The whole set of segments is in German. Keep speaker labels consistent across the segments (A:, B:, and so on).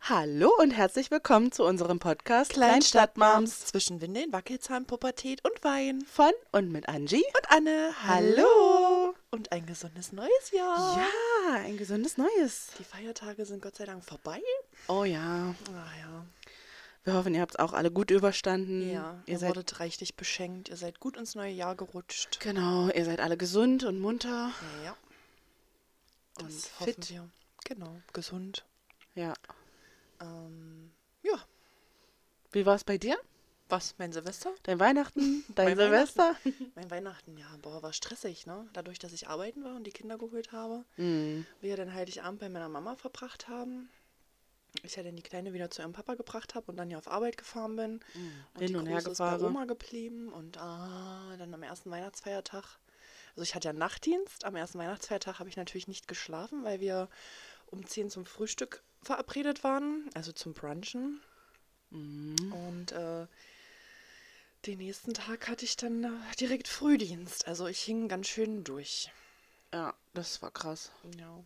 A: Hallo und herzlich willkommen zu unserem Podcast
B: Kleinstadtmoms zwischen Windeln, Wackelzahn, Pubertät und Wein.
A: von und mit Angie.
B: Und Anne, hallo! Und ein gesundes neues Jahr.
A: Ja, ein gesundes Neues.
B: Die Feiertage sind Gott sei Dank vorbei.
A: Oh ja,
B: Ach ja.
A: wir hoffen, ihr habt es auch alle gut überstanden.
B: Ja,
A: ihr
B: ihr
A: seid
B: wurdet reichlich beschenkt. Ihr seid gut ins neue Jahr gerutscht.
A: genau, ihr seid alle gesund und munter.
B: Ja. Das
A: Und
B: hoffen
A: fit.
B: wir. Genau, gesund.
A: Ja.
B: Ähm, ja.
A: Wie war es bei dir?
B: Was, mein Silvester?
A: Dein Weihnachten, dein
B: Mein
A: Silvester?
B: Mein Weihnachten, ja, boah, war stressig, ne? Dadurch, dass ich arbeiten war und die Kinder geholt habe.
A: Hm.
B: wir den Heiligabend bei meiner Mama verbracht haben. Ich ja dann die Kleine wieder zu ihrem Papa gebracht habe und dann hier auf Arbeit gefahren bin. Und
A: Hm. Hin
B: die
A: und her
B: Große ist bei
A: gefahren.
B: Oma geblieben und ah, dann am ersten Weihnachtsfeiertag. Also ich hatte ja Nachtdienst. Am ersten Weihnachtsfeiertag habe ich natürlich nicht geschlafen, weil wir um 10 zum Frühstück verabredet waren, also zum Brunchen.
A: Mhm.
B: Und äh, den nächsten Tag hatte ich dann äh, direkt Frühdienst. Also ich hing ganz schön durch.
A: Ja, das war krass.
B: Ja.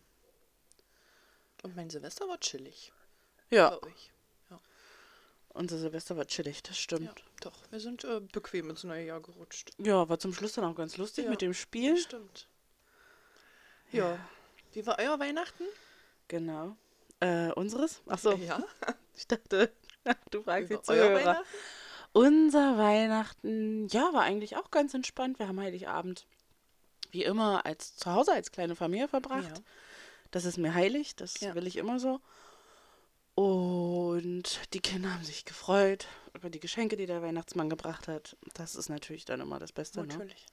B: Und mein Silvester war chillig
A: Ja,
B: bei euch.
A: unser Silvester war chillig, das
B: Ja,
A: stimmt.
B: doch. Wir sind äh, bequem ins neue Jahr gerutscht.
A: Ja, war zum Schluss dann auch ganz lustig
B: Ja.
A: mit dem Spiel.
B: Stimmt. Ja. Wie war euer Weihnachten?
A: Genau. Äh, unseres? Achso,
B: Ja.
A: ich dachte, du
B: Wie
A: fragst die
B: war euer
A: Zuhörer.
B: Weihnachten?
A: Unser Weihnachten, ja, war eigentlich auch ganz entspannt. Wir haben Heiligabend wie immer als zu Hause als kleine Familie verbracht.
B: Ja.
A: Das ist mir heilig, das
B: Ja.
A: will ich immer so. Und die Kinder haben sich gefreut über die Geschenke, die der Weihnachtsmann gebracht hat. Das ist natürlich dann immer das Beste. Ne?
B: Natürlich.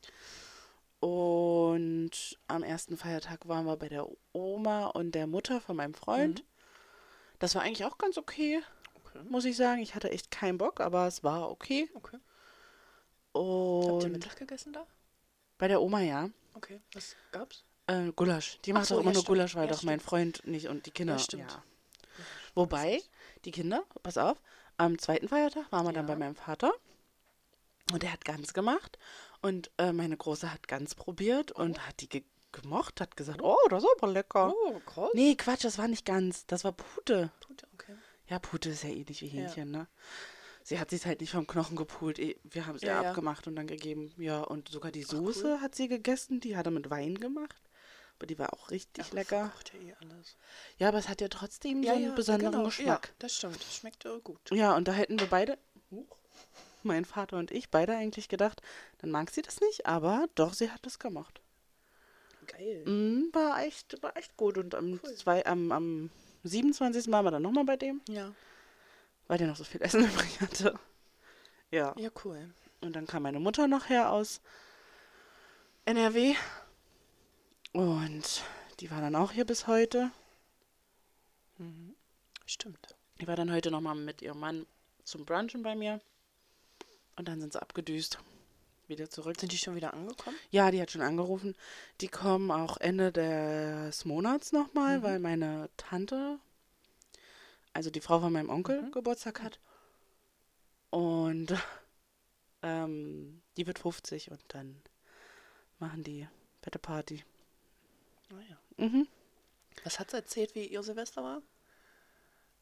A: Und am ersten Feiertag waren wir bei der Oma und der Mutter von meinem Freund.
B: Mhm.
A: Das war eigentlich auch ganz okay,
B: Okay.
A: muss ich sagen. Ich hatte echt keinen Bock, aber es war okay.
B: okay.
A: Und
B: Habt ihr Mittag gegessen da?
A: Bei der Oma, ja.
B: Okay. Was gab's?
A: Äh, Gulasch. Die macht
B: so,
A: auch immer
B: ja,
A: nur
B: stimmt.
A: Gulasch, weil
B: Ja,
A: doch mein Freund nicht und die Kinder.
B: Ja, stimmt.
A: Ja. Wobei, die Kinder, pass auf, am zweiten Feiertag waren wir dann
B: Ja.
A: bei meinem Vater und der hat Gans gemacht und äh, meine Große hat Gans probiert und hat die ge gemocht, hat gesagt, oh, das ist aber lecker.
B: Oh, krass.
A: Nee, Quatsch, das war nicht Gans, das war Pute.
B: Gut, okay.
A: Ja, Pute ist ja ähnlich wie
B: Ja.
A: Hähnchen, ne? Sie hat sich halt nicht vom Knochen gepult. eh, Wir haben es
B: Ja,
A: ja,
B: ja.
A: abgemacht und dann gegeben. Ja, und sogar die Soße hat sie gegessen. Die hat er mit Wein gemacht. Aber die war auch richtig
B: Ja,
A: lecker.
B: verkocht ja eh alles.
A: Ja, aber es hat ja trotzdem so einen besonderen
B: genau.
A: Geschmack.
B: Ja, das stimmt. Das schmeckt äh, gut.
A: Ja. und da hätten wir beide,
B: Huch.
A: mein Vater und ich, beide eigentlich gedacht, dann mag sie das nicht, aber doch, sie hat es gemacht.
B: Geil.
A: Mm, war, echt, war echt gut. Und am, zwei, am, am 27. waren wir dann nochmal bei dem,
B: Ja.
A: weil der noch so viel Essen übrig hatte. Ja.
B: Ja, cool.
A: Und dann kam meine Mutter noch her aus NRW. Und die war dann auch hier bis heute.
B: Stimmt.
A: Die war dann heute nochmal mit ihrem Mann zum Brunchen bei mir. Und dann sind sie abgedüst. Wieder zurück.
B: Sind die schon wieder angekommen?
A: Ja, die hat schon angerufen. Die kommen auch Ende des Monats nochmal, weil meine Tante, also die Frau von meinem Onkel,
B: Mhm.
A: Geburtstag hat. Und ähm, die wird 50 und dann machen die fette Party.
B: Naja.
A: Mhm.
B: Was hat sie erzählt, wie ihr Silvester war?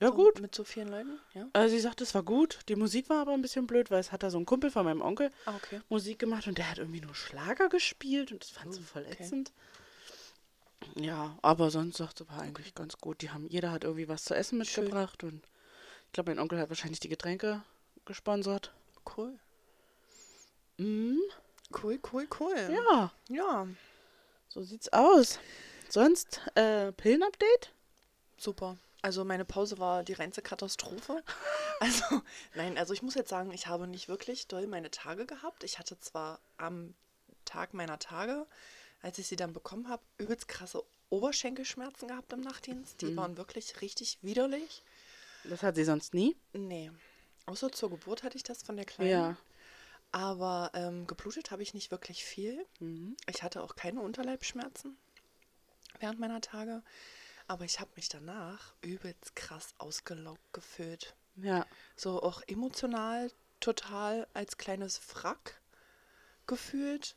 A: Ja,
B: So
A: gut.
B: Mit so vielen Leuten? Ja.
A: Äh, sie sagt, es war gut. Die Musik war aber ein bisschen blöd, weil es hat da so ein Kumpel von meinem Onkel
B: Ah, okay.
A: Musik gemacht und der hat irgendwie nur Schlager gespielt und das fand sie voll
B: okay.
A: ätzend. Ja, aber sonst sagt sie, war eigentlich ganz gut. Die haben, jeder hat irgendwie was zu essen
B: Schön.
A: mitgebracht und ich glaube, mein Onkel hat wahrscheinlich die Getränke gesponsert.
B: Cool.
A: Mm,
B: Cool, cool, cool.
A: ja,
B: Ja.
A: so sieht's aus. Sonst, äh, Pillen-Update?
B: Super. Also meine Pause war die reinste Katastrophe. Also, nein, also ich muss jetzt sagen, ich habe nicht wirklich doll meine Tage gehabt. Ich hatte zwar am Tag meiner Tage, als ich sie dann bekommen habe, übelst krasse Oberschenkelschmerzen gehabt im Nachtdienst. Die waren wirklich richtig widerlich.
A: Das hat sie sonst nie.
B: Nee. Außer zur Geburt hatte ich das von der Kleinen.
A: Ja.
B: Aber ähm, geblutet habe ich nicht wirklich viel.
A: Mhm.
B: Ich hatte auch keine Unterleibschmerzen während meiner Tage. Aber ich habe mich danach übelst krass ausgelaugt gefühlt.
A: Ja.
B: So auch emotional total als kleines Wrack gefühlt.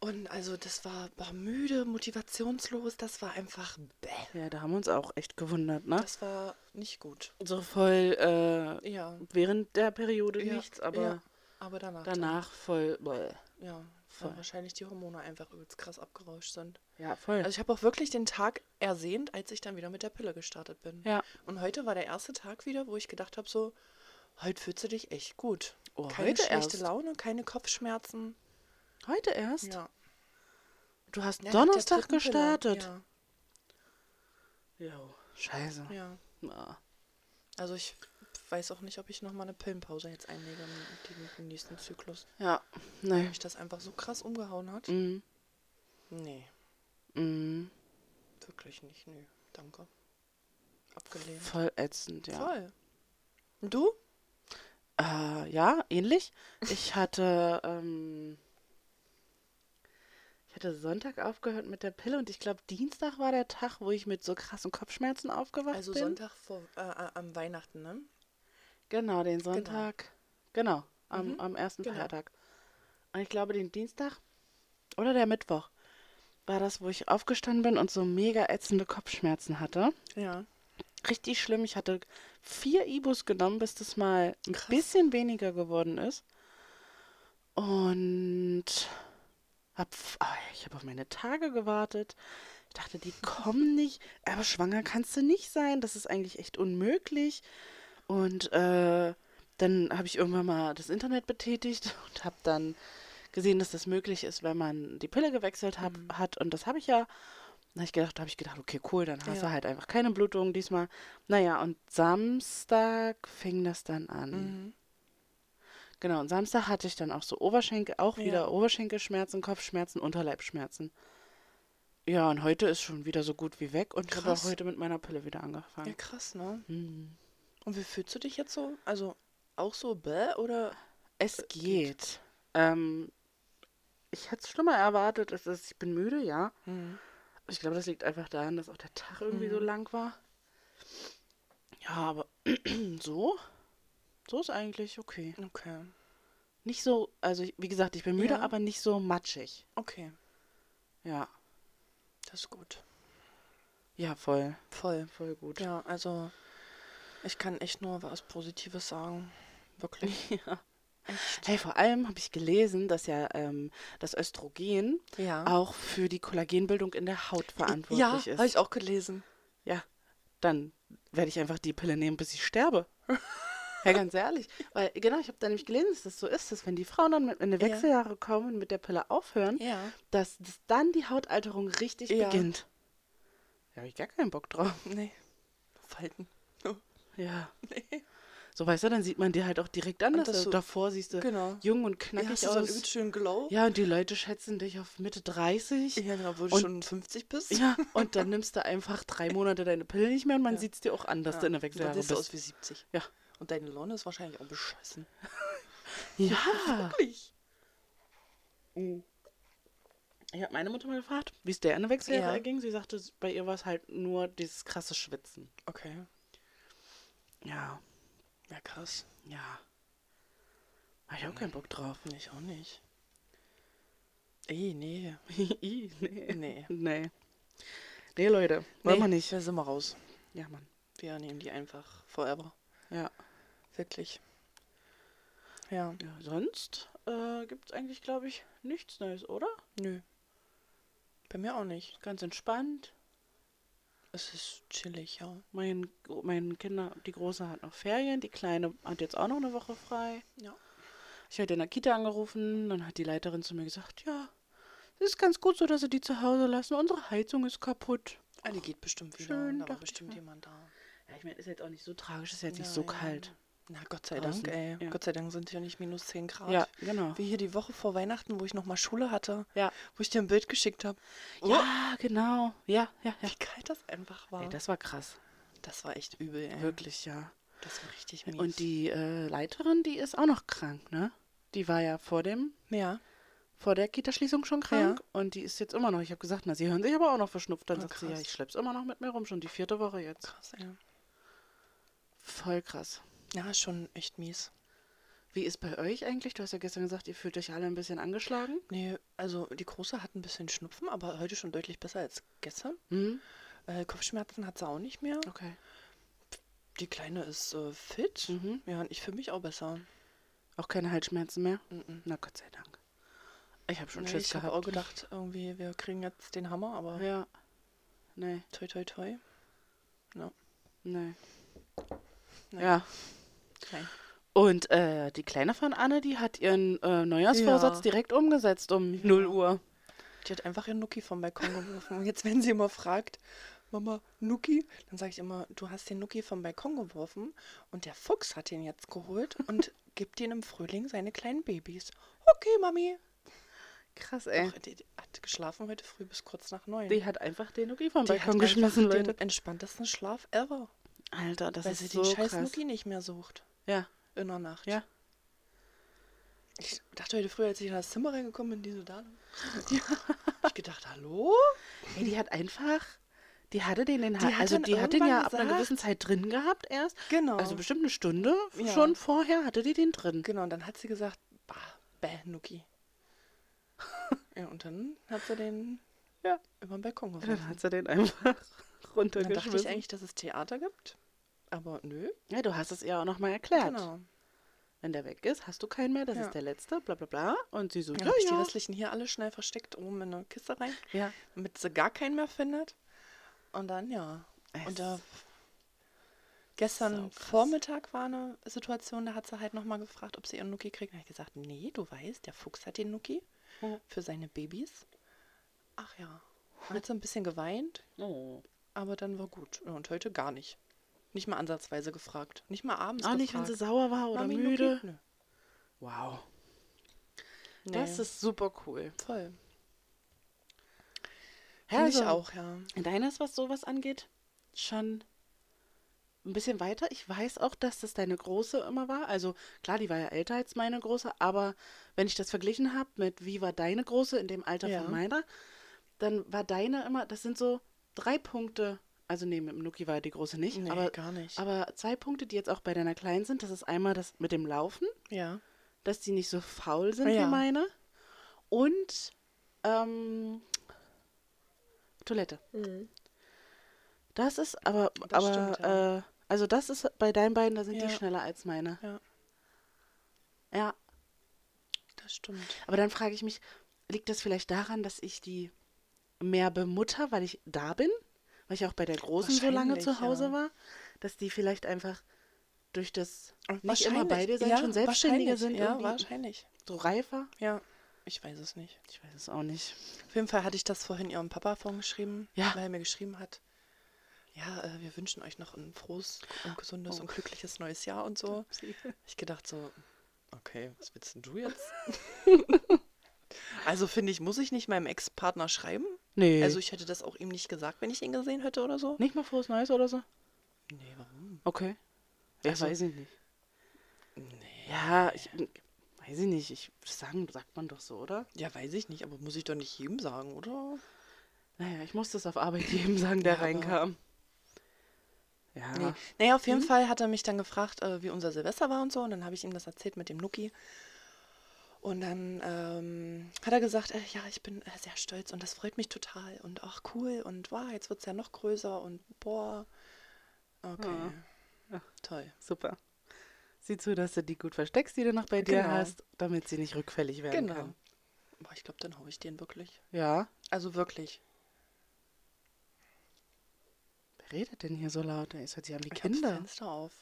B: Und also das war boah, müde, motivationslos, das war einfach bäh.
A: Ja, da haben wir uns auch echt gewundert, ne?
B: Das war nicht gut.
A: So voll äh,
B: Ja.
A: während der Periode
B: ja,
A: nichts, aber
B: ja, aber danach. dann.
A: danach voll. Bäh.
B: Ja,
A: Voll.
B: weil wahrscheinlich die Hormone einfach übelst krass abgerauscht sind.
A: Ja, voll.
B: Also ich habe auch wirklich den Tag ersehnt, als ich dann wieder mit der Pille gestartet bin.
A: ja.
B: Und heute war der erste Tag wieder, wo ich gedacht habe, so, heute fühlst du dich echt gut.
A: Oh,
B: keine
A: heute
B: schlechte
A: erst?
B: Laune, keine Kopfschmerzen.
A: Heute erst?
B: Ja.
A: Du hast
B: Ja, mit der
A: Donnerstag
B: dritten Pille.
A: gestartet. Ja. Scheiße.
B: Ja, ja.
A: Na,
B: Also ich weiß auch nicht, ob ich nochmal eine Pillenpause jetzt einlege im, im, im nächsten Zyklus.
A: Ja,
B: Weil
A: ne.
B: mich das einfach so krass umgehauen hat.
A: Mhm.
B: Nee,
A: Mhm.
B: wirklich nicht. Nö, danke. Abgelehnt.
A: Voll ätzend, ja.
B: Voll. Und du?
A: Äh, ja, ähnlich. Ich hatte, ähm, ich hatte Sonntag aufgehört mit der Pille und ich glaube, Dienstag war der Tag, wo ich mit so krassen Kopfschmerzen aufgewacht
B: Also
A: bin.
B: Sonntag vor, äh, äh, am Weihnachten, ne?
A: Genau, den Sonntag. Genau, am, am ersten
B: genau.
A: Feiertag. Und ich glaube, den Dienstag oder der Mittwoch war das, wo ich aufgestanden bin und so mega ätzende Kopfschmerzen hatte.
B: Ja.
A: Richtig schlimm. Ich hatte vier Ibus genommen, bis das mal ein
B: Krass.
A: bisschen weniger geworden ist. Und hab, f- ah, ich habe auf meine Tage gewartet. Ich dachte, die kommen nicht. Aber schwanger kannst du nicht sein. Das ist eigentlich echt unmöglich. Und äh, dann habe ich irgendwann mal das Internet betätigt und habe dann gesehen, dass das möglich ist, wenn man die Pille gewechselt hab, hat. Und das habe ich ja. Da habe ich gedacht, da habe ich gedacht, okay, cool, dann hast
B: Ja.
A: du halt einfach keine Blutung diesmal. Naja, und Samstag fing das dann an.
B: Mhm.
A: Genau, und Samstag hatte ich dann auch so Oberschenkel, auch
B: Ja.
A: wieder Oberschenkelschmerzen, Kopfschmerzen, Unterleibschmerzen. Ja, und heute ist schon wieder so gut wie weg und ich habe auch
B: Krass.
A: heute mit meiner Pille wieder
B: Ja,
A: angefangen.
B: krass, ne?
A: Hm.
B: Und wie fühlst du dich jetzt so? Also auch so bäh oder? äh,
A: Es geht. Ähm, ich hätte es schlimmer erwartet. Es ist, ich bin müde, ja.
B: Mhm.
A: Ich glaube, das liegt einfach daran, dass auch der Tag irgendwie so lang war. Ja, aber so, so ist eigentlich okay.
B: Okay.
A: Nicht so, also ich- wie gesagt, ich bin müde,
B: Ja.
A: aber nicht so matschig.
B: Okay,
A: Ja,
B: das ist gut.
A: ja, voll,
B: Voll.
A: voll gut.
B: Ja, also ich kann echt nur was Positives sagen. Wirklich.
A: Hey, vor allem habe ich gelesen, dass ja ähm, das Östrogen
B: Ja.
A: auch für die Kollagenbildung in der Haut
B: ja,
A: verantwortlich ist.
B: habe ich auch gelesen.
A: Ja, dann werde ich einfach die Pille nehmen, bis ich sterbe. Ja, ganz ehrlich. Weil, genau, ich habe da nämlich gelesen, dass das so ist, dass wenn die Frauen dann mit, in die
B: Ja.
A: Wechseljahre kommen und mit der Pille aufhören,
B: Ja.
A: dass, dass dann die Hautalterung richtig
B: Ja.
A: beginnt. Da habe ich gar keinen Bock drauf.
B: Nee. Falten.
A: Ja.
B: Nee.
A: So, weißt du, dann sieht man die halt auch direkt an.
B: Und
A: Dass
B: dass
A: du,
B: du-
A: davor siehst du
B: Genau.
A: jung und
B: Ja,
A: knackig
B: hast du so einen übelst
A: aus.
B: schönen Glow?
A: Ja, und die Leute schätzen dich auf Mitte 30.
B: Ja, genau, obwohl du
A: Und-
B: schon 50 bist.
A: Ja, und dann nimmst du einfach drei Monate deine Pille nicht mehr und man sieht es dir auch an, dass du in der
B: Dann
A: Wechseljahre
B: siehst
A: bist.
B: du aus wie 70.
A: ja.
B: Und deine Laune ist wahrscheinlich auch beschissen.
A: Ja.
B: Wirklich?
A: Ich habe meine Mutter mal gefragt, wie es der eine Wechseljahre
B: Ja.
A: ging. Sie sagte, bei ihr war es halt nur dieses krasse Schwitzen.
B: Okay.
A: Ja,
B: Ja, krass.
A: ja. Habe Ah, ich auch keinen Bock drauf.
B: Nee, Ich auch nicht. Ey, nee.
A: Ih, nee.
B: Nee.
A: Nee. Nee, Leute. Wollen wir nicht.
B: Da sind wir raus.
A: Ja, Mann.
B: Wir nehmen die einfach forever.
A: Ja.
B: Wirklich. Ja.
A: ja sonst äh, gibt es eigentlich, glaube ich, nichts Neues, oder?
B: Nö. Bei mir auch nicht.
A: Ganz entspannt.
B: Es ist chillig, ja.
A: Mein, mein Kinder, die Große hat noch Ferien, die Kleine hat jetzt auch noch eine Woche frei.
B: Ja.
A: Ich hatte in der Kita angerufen, dann hat die Leiterin zu mir gesagt, ja, es ist ganz gut so, dass sie die zu Hause lassen. Unsere Heizung ist kaputt.
B: Ah, die geht bestimmt wieder.
A: schön,
B: Schön, da war
A: dachte ich
B: bestimmt
A: mir.
B: jemand da.
A: Ja, ich meine, ist jetzt auch nicht so tragisch, ist jetzt
B: Ja,
A: nicht so
B: ja.
A: kalt.
B: Na, Gott sei
A: Draußen,
B: Dank, ey.
A: ja.
B: Gott sei Dank sind ja nicht minus 10 Grad.
A: Ja, genau.
B: Wie hier die Woche vor Weihnachten, wo ich nochmal Schule hatte,
A: Ja.
B: wo ich dir ein Bild geschickt habe.
A: Ja, genau. Ja, ja, ja.
B: Wie kalt das einfach war.
A: Ey,
B: das,
A: das war krass.
B: war echt übel, ey.
A: Wirklich, ja.
B: Das war richtig mies.
A: Und die äh, Leiterin, die ist auch noch krank, ne? Die war ja vor dem,
B: Ja.
A: vor der Kitaschließung schon krank und die ist jetzt immer noch. Ich habe gesagt, na, sie hören sich aber auch noch verschnupft. Dann
B: Ah,
A: sagt sie, ja,
B: krass.
A: ich schlepp's immer noch mit mir rum, schon die vierte Woche jetzt.
B: Krass, ey.
A: Voll krass.
B: Ja, schon echt mies.
A: Wie ist bei euch eigentlich? Du hast ja gestern gesagt, ihr fühlt euch alle ein bisschen angeschlagen.
B: Nee, also die Große hat ein bisschen Schnupfen, aber heute schon deutlich besser als gestern.
A: Hm?
B: Äh, Kopfschmerzen hat sie auch nicht mehr.
A: Okay.
B: Die Kleine ist äh, fit.
A: Mhm.
B: Ja, und ich fühle mich auch besser.
A: Auch keine Halsschmerzen mehr?
B: Mhm.
A: Na Gott sei Dank. Ich habe schon
B: Nee,
A: Schiss
B: ich habe
A: gehabt.
B: auch gedacht, irgendwie, wir kriegen jetzt den Hammer, aber
A: Ja. Nee,
B: toi, toi, toi.
A: nee.
B: Nee.
A: Ja.
B: Nein.
A: Und äh, die Kleine von Anne, die hat ihren äh, Neujahrsvorsatz
B: Ja.
A: direkt umgesetzt um 0 Uhr.
B: Die hat einfach ihren Nuki vom Balkon geworfen. Und jetzt, wenn sie immer fragt, Mama, Nuki, dann sage ich immer, du hast den Nuki vom Balkon geworfen und der Fuchs hat ihn jetzt geholt und gibt ihn im Frühling seine kleinen Babys. Okay, Mami.
A: Krass,
B: Doch, die, die hat geschlafen heute früh bis kurz nach neun.
A: Äh. Die hat einfach den Nuki vom
B: Die hat
A: Balkon
B: einfach
A: geschmissen,
B: den
A: Leute.
B: entspanntesten Schlaf ever,
A: Alter, das
B: weil
A: ist
B: sie
A: so
B: den scheiß
A: krass.
B: Nuki nicht mehr sucht
A: Ja,
B: in der Nacht.
A: Ja.
B: Ich dachte heute früh, als ich in das Zimmer reingekommen bin, die so da. Ja. Ich gedacht, hallo?
A: Ey, die hat einfach, die hatte den, in,
B: Die
A: ha
B: hat
A: also
B: dann
A: die hat den ja
B: irgendwann
A: ab einer
B: gesagt-
A: gewissen Zeit drin gehabt erst.
B: Genau.
A: Also bestimmt eine Stunde
B: Ja.
A: schon vorher hatte die den drin.
B: Genau, und dann hat sie gesagt, bah, bäh, Nuki. ja, und dann hat sie den
A: Ja.
B: über den Balkon
A: Dann
B: geworfen.
A: hat sie den einfach
B: Dann dachte Genau. ich
A: runtergeschmissen.
B: eigentlich, dass es Theater gibt, aber nö.
A: Ja, du hast es ihr auch nochmal erklärt.
B: Genau.
A: Wenn der weg ist, hast du keinen mehr, das
B: Ja.
A: ist der letzte, bla bla bla. Und sie so, ja,
B: Dann habe ich die
A: ja.
B: restlichen hier alle schnell versteckt, oben in eine Kiste rein,
A: ja.
B: damit sie gar keinen mehr findet. Und dann, ja. Und da,
A: Es-
B: gestern
A: saukrass.
B: Vormittag war eine Situation, da hat sie halt nochmal gefragt, ob sie ihren Nuki kriegt. Und ich gesagt, nee, du weißt, der Fuchs hat den Nuki
A: Ja.
B: für seine Babys. Ach ja. Dann hat sie ein bisschen geweint,
A: oh.
B: aber dann war gut. Ja, Und heute gar nicht. Nicht mal ansatzweise gefragt. Nicht mal abends.
A: Auch
B: gefragt.
A: Ah, nicht, wenn sie sauer war oder
B: Mami, Nuki?
A: müde.
B: Nö.
A: Wow.
B: Nee.
A: Das ist super cool.
B: voll.
A: Ja,
B: Ja, ich
A: also-
B: auch, ja.
A: Deines, was sowas angeht, schon ein bisschen weiter. Ich weiß auch, dass das deine Große immer war. Also klar, die war ja älter als meine Große, aber wenn ich das verglichen habe mit wie war deine Große in dem Alter
B: Ja.
A: von meiner, dann war deine immer, das sind so drei Punkte. Also nee, mit dem Nuki war die Große nicht,
B: Nee,
A: aber,
B: gar nicht.
A: aber zwei Punkte, die jetzt auch bei deiner Kleinen sind, das ist einmal das mit dem Laufen,
B: ja.
A: dass die nicht so faul sind
B: Ja.
A: wie meine und ähm, Toilette. Das ist aber,
B: Mhm. Das
A: aber
B: stimmt, ja.
A: äh, also das ist bei deinen beiden, da sind
B: Ja.
A: die schneller als meine.
B: Ja,
A: Ja,
B: das stimmt.
A: aber dann frage ich mich, liegt das vielleicht daran, dass ich die mehr bemutter, weil ich da bin, weil ich auch bei der Großen so lange
B: Wahrscheinlich,
A: zu Hause
B: ja.
A: war, dass die vielleicht einfach durch das nicht immer
B: Äh, Wahrscheinlich,
A: bei dir sein,
B: ja,
A: schon selbstständiger
B: wahrscheinlich,
A: sind,
B: Ja,
A: irgendwie
B: wahrscheinlich.
A: so reifer.
B: Ja, ich weiß es nicht.
A: Ich weiß es auch nicht.
B: Auf jeden Fall hatte ich das vorhin ihrem Papa vorgeschrieben,
A: Ja.
B: weil er mir geschrieben hat, ja, äh, wir wünschen euch noch ein frohes und
A: Oh.
B: gesundes und glückliches neues Jahr und so. Ich gedacht so, okay, was willst denn du jetzt? also finde ich, muss ich nicht meinem Ex-Partner schreiben?
A: Nee,
B: Also ich hätte das auch ihm nicht gesagt, wenn ich ihn gesehen hätte oder so.
A: nicht mal frohes Neues oder so?
B: Nee, warum?
A: Okay. Ja,
B: Also-
A: weiß ich nicht.
B: Nee.
A: Ja, ich weiß ich nicht. Ich sagen, sagt man doch so, oder?
B: Ja, weiß ich nicht, aber muss ich doch nicht jedem sagen, oder?
A: Naja, ich musste es auf Arbeit jedem sagen, der
B: Ja, aber-
A: reinkam. Ja. Mhm.
B: Nee. Naja, auf jeden Fall hat er mich dann gefragt, äh, wie unser Silvester war und so. Und dann habe ich ihm das erzählt mit dem Nuki. Und dann ähm, hat er gesagt, äh, ja, ich bin äh, sehr stolz und das freut mich total. Und ach, cool. Und wow, jetzt wird es ja noch größer und boah. Okay.
A: Ja.
B: Toll.
A: Super. Sieh zu, dass du die gut versteckst, die du noch bei dir
B: Genau.
A: hast, damit sie nicht rückfällig werden
B: Genau.
A: kann.
B: Boah, ich glaube, dann hau ich den wirklich.
A: Ja.
B: Also wirklich.
A: Wer redet denn hier so laut? Es hört sich an wie
B: Ich hab das
A: Kinder.
B: Fenster auf.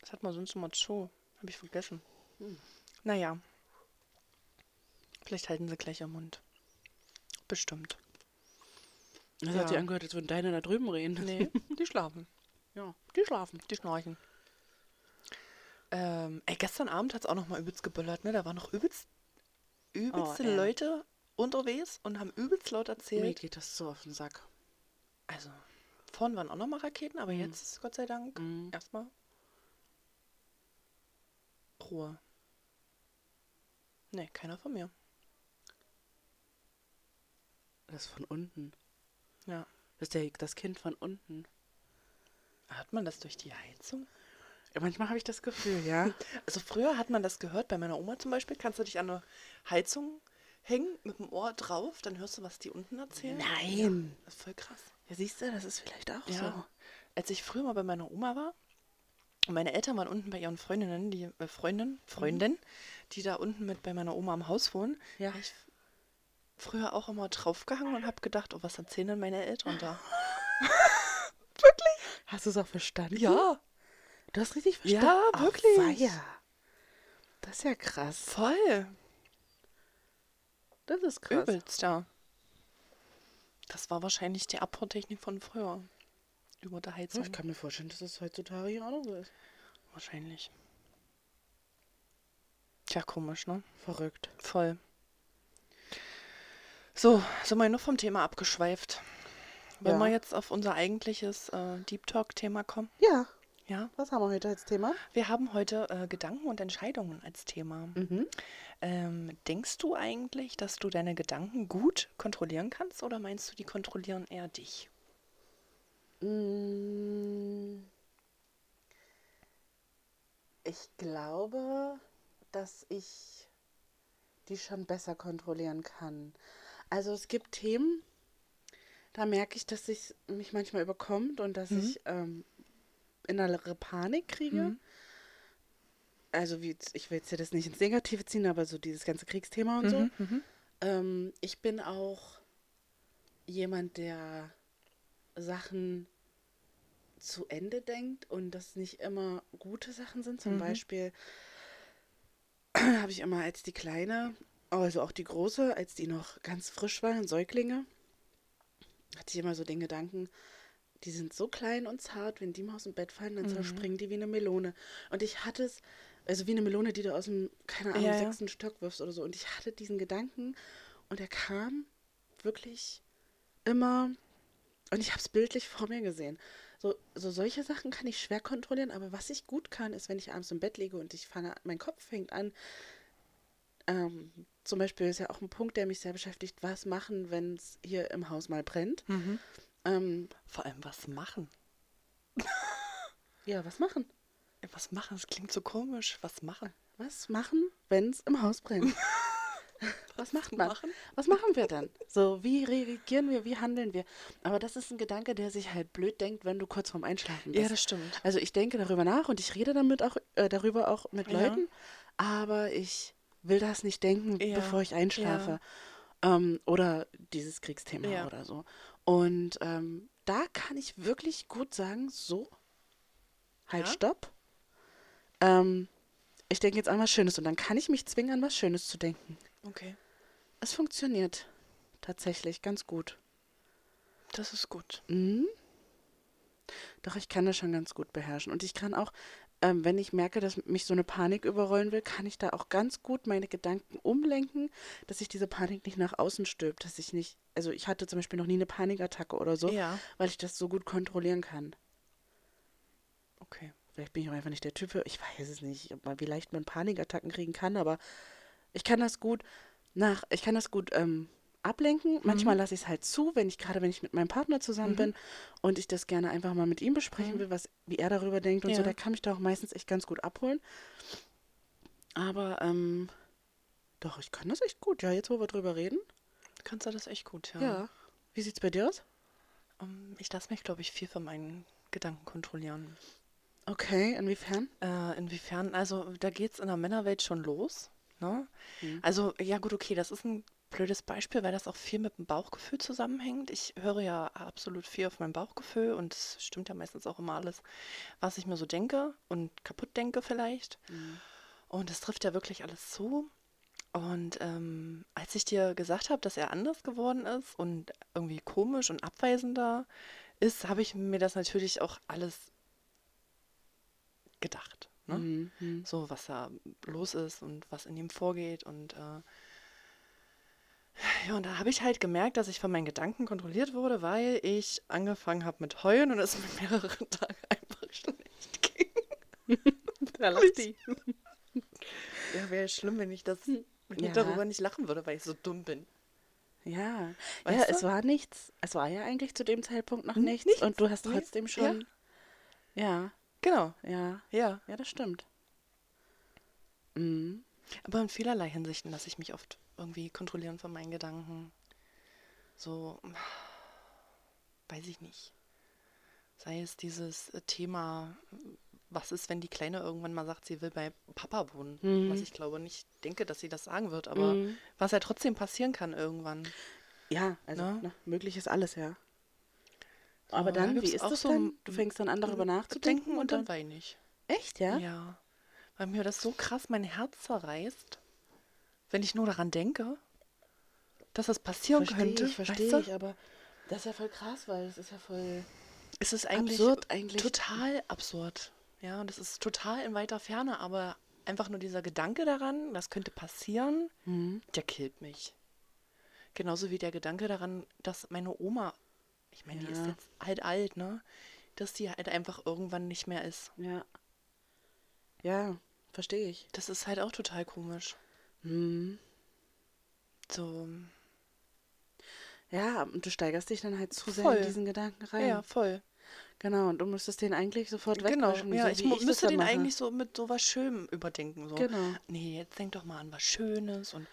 B: Das hat man sonst immer Show. Habe ich vergessen.
A: Hm.
B: Naja. Vielleicht halten sie gleich ihren Mund. Bestimmt.
A: Das
B: Ja.
A: hat sich angehört, als würden deine da drüben reden.
B: Nee, die schlafen.
A: Ja, die schlafen.
B: Die schnorchen. Ähm, ey, gestern Abend hat es auch noch mal übelst geböllert, ne? Da waren noch übelst, übelste
A: Oh, ey.
B: Leute unterwegs und haben übelst laut
A: Mir
B: erzählt.
A: geht das so auf den Sack.
B: Also, vorhin waren auch noch mal Raketen,
A: Hm.
B: aber jetzt ist Gott sei Dank
A: Mhm.
B: erstmal Ruhe. Nee, keiner von mir.
A: Das ist von unten.
B: Ja.
A: Das ist der, das Kind von unten.
B: Hört man das durch die Heizung?
A: Manchmal habe ich das Gefühl, ja.
B: Also früher hat man das gehört, bei meiner Oma zum Beispiel, kannst du dich an eine Heizung hängen mit dem Ohr drauf, dann hörst du, was die unten erzählen.
A: Nein.
B: Das ist voll krass.
A: Ja, siehst du, das ist vielleicht auch
B: Ja.
A: so.
B: Als ich früher mal bei meiner Oma war, und meine Eltern waren unten bei ihren Freundinnen, die äh,
A: Mhm.
B: Freundin, Freundin, die da unten mit bei meiner Oma am Haus wohnen.
A: Ja.
B: hab Ich früher auch immer draufgehangen und habe gedacht, oh, was erzählen denn meine Eltern da?
A: Hast du es auch verstanden?
B: Ja,
A: Du hast richtig
B: Ja,
A: verstanden. Ach,
B: wirklich.
A: weia. Das ist ja krass.
B: voll.
A: Das ist krass.
B: Übelst, ja. Das war wahrscheinlich die Abhörtechnik von früher. Über der
A: Ja,
B: Heizung.
A: Ich kann mir vorstellen, dass das heutzutage hier auch noch so ist.
B: Wahrscheinlich. Tja, komisch, ne?
A: Verrückt.
B: Voll. So, sind wir noch vom Thema abgeschweift. Wollen
A: Ja.
B: wir jetzt auf unser eigentliches äh, Deep Talk-Thema kommen?
A: Ja,
B: Ja.
A: was haben wir heute als Thema?
B: Wir haben heute äh, Gedanken und Entscheidungen als Thema.
A: Mhm.
B: Ähm, denkst du eigentlich, dass du deine Gedanken gut kontrollieren kannst oder meinst du, die kontrollieren eher dich?
A: Mm. Ich glaube, dass ich die schon besser kontrollieren kann. Also es gibt Themen, da merke ich, dass ich mich manchmal überkommt und dass
B: Mhm.
A: ich ähm, innere Panik kriege.
B: Mhm.
A: Also wie, jetzt- ich will jetzt hier das nicht ins Negative ziehen, aber so dieses ganze Kriegsthema und so.
B: Mhm, mhm.
A: Ähm, ich bin auch jemand, der Sachen zu Ende denkt und das nicht immer gute Sachen sind. Zum
B: Mhm.
A: Beispiel habe ich immer als die Kleine, also auch die Große, als die noch ganz frisch war, Säuglinge, hatte ich immer so den Gedanken, die sind so klein und zart, wenn die mal aus dem Bett fallen, dann
B: Mhm.
A: zerspringen die wie eine Melone. Und ich hatte es, also wie eine Melone, die du aus dem, keine Ahnung,
B: Ja, ja.
A: sechsten Stock wirfst oder so. Und ich hatte diesen Gedanken und er kam wirklich immer, und ich habe es bildlich vor mir gesehen. So, so solche Sachen kann ich schwer kontrollieren, aber was ich gut kann, ist, wenn ich abends im Bett liege und ich fange, an- mein Kopf fängt an, ähm, zum Beispiel ist ja auch ein Punkt, der mich sehr beschäftigt, was machen, wenn es hier im Haus mal brennt.
B: Mhm.
A: Ähm,
B: Vor allem was machen.
A: ja, was machen?
B: Ey, Was machen? Das klingt so komisch. Was machen?
A: Was machen, wenn es im Haus brennt? Was macht man?
B: machen?
A: Was machen wir dann? So, wie reagieren wir, wie handeln wir? Aber das ist ein Gedanke, der sich halt blöd denkt, wenn du kurz vorm Einschlafen bist.
B: Ja, das stimmt.
A: also ich denke darüber nach und ich rede damit auch äh, darüber auch mit
B: Ja.
A: Leuten, aber ich will das nicht denken,
B: Ja,
A: bevor ich einschlafe. Ähm, oder dieses Kriegsthema
B: Ja.
A: oder so. Und ähm, da kann ich wirklich gut sagen, so, halt,
B: Ja.
A: stopp. Ähm, ich denke jetzt an was Schönes und dann kann ich mich zwingen, an was Schönes zu denken.
B: Okay.
A: Es funktioniert tatsächlich ganz gut.
B: Das ist gut.
A: Mhm. Doch, ich kann das schon ganz gut beherrschen. Und ich kann auch, ähm, wenn ich merke, dass mich so eine Panik überrollen will, kann ich da auch ganz gut meine Gedanken umlenken, dass ich diese Panik nicht nach außen stülpt, dass ich nicht, also ich hatte zum Beispiel noch nie eine Panikattacke oder so,
B: Ja.
A: weil ich das so gut kontrollieren kann.
B: Okay.
A: Vielleicht bin ich auch einfach nicht der Typ für, ich weiß es nicht, ob man- wie leicht man Panikattacken kriegen kann, aber ich kann das gut nach, ich kann das gut ähm, ablenken. Manchmal lasse ich es halt zu, wenn ich, gerade wenn ich mit meinem Partner zusammen bin und ich das gerne einfach mal mit ihm besprechen will, was, wie er darüber denkt und so,
B: Ja.
A: der kann mich da auch meistens echt ganz gut abholen. Aber, ähm, doch, ich kann das echt gut. Ja, jetzt, wo wir drüber reden.
B: Kannst du das echt gut, ja.
A: Ja. Wie sieht's bei dir aus?
B: Ähm, ich lasse mich, glaube ich, viel von meinen Gedanken kontrollieren.
A: Okay, inwiefern?
B: Äh, inwiefern, also da geht es in der Männerwelt schon los. Ne?
A: Mhm.
B: Also, ja gut, okay, das ist ein blödes Beispiel, weil das auch viel mit dem Bauchgefühl zusammenhängt. Ich höre ja absolut viel auf mein Bauchgefühl und es stimmt ja meistens auch immer alles, was ich mir so denke und kaputt denke vielleicht. Und das trifft ja wirklich alles zu. Und ähm, als ich dir gesagt habe, dass er anders geworden ist und irgendwie komisch und abweisender ist, habe ich mir das natürlich auch alles gedacht. Ne?
A: Mhm. Mhm.
B: So, was da los ist und was in ihm vorgeht. Und äh, ja, und da habe ich halt gemerkt, dass ich von meinen Gedanken kontrolliert wurde, weil ich angefangen habe mit Heulen und es mir mehrere Tage einfach schlecht ging.
A: Da lacht die.
B: Ja, wäre schlimm, wenn ich das wenn
A: Ja.
B: ich darüber nicht lachen würde, weil ich so dumm bin.
A: Ja, ja,
B: Weißt
A: es
B: du?
A: war nichts. Es war ja eigentlich zu dem Zeitpunkt noch nichts,
B: nichts.
A: und du hast
B: Nee.
A: trotzdem
B: Ja.
A: schon. Ja.
B: Genau,
A: Ja,
B: ja.
A: ja, das stimmt. Mhm.
B: Aber in vielerlei Hinsichten lasse ich mich oft irgendwie kontrollieren von meinen Gedanken. So, weiß ich nicht. Sei es dieses äh, Thema, was ist, wenn die Kleine irgendwann mal sagt, sie will bei Papa wohnen?
A: Mhm.
B: Was ich glaube nicht denke, dass sie das sagen wird, aber
A: Mhm.
B: was ja trotzdem passieren kann irgendwann.
A: Ja, also
B: Ne?
A: ne, möglich ist alles, ja. Aber
B: So, da
A: dann, wie
B: gibt's
A: ist
B: auch
A: das
B: so
A: denn?
B: ein-
A: Du fängst dann an, darüber nachzudenken
B: Denken und dann weine ich.
A: Echt, ja?
B: Ja. Weil mir das so krass mein Herz zerreißt, wenn ich nur daran denke, dass das passieren
A: Verstehe
B: könnte.
A: ich, verstehe
B: weißt du?
A: ich, aber das ist ja voll krass, weil das ist ja voll...
B: Es ist eigentlich
A: Absurd eigentlich.
B: total absurd. Ja, und es ist total in weiter Ferne, aber einfach nur dieser Gedanke daran, das könnte passieren,
A: Mhm.
B: der killt mich. Genauso wie der Gedanke daran, dass meine Oma, ich meine, die ist
A: Ja.
B: jetzt halt alt, ne? Dass die halt einfach irgendwann nicht mehr ist.
A: Ja. Ja, verstehe ich.
B: Das ist halt auch total komisch.
A: Mhm.
B: So,
A: Ja, und du steigerst dich dann halt zu sehr
B: Voll.
A: in diesen Gedanken rein.
B: ja, voll.
A: Genau, und du müsstest den eigentlich sofort
B: Genau,
A: wegwischen,
B: ja,
A: so
B: ich,
A: wie
B: mu-
A: das
B: müsste
A: dann
B: den
A: mache.
B: eigentlich so mit so was Schönem überdenken. So.
A: Genau.
B: Nee, jetzt denk doch mal an was Schönes und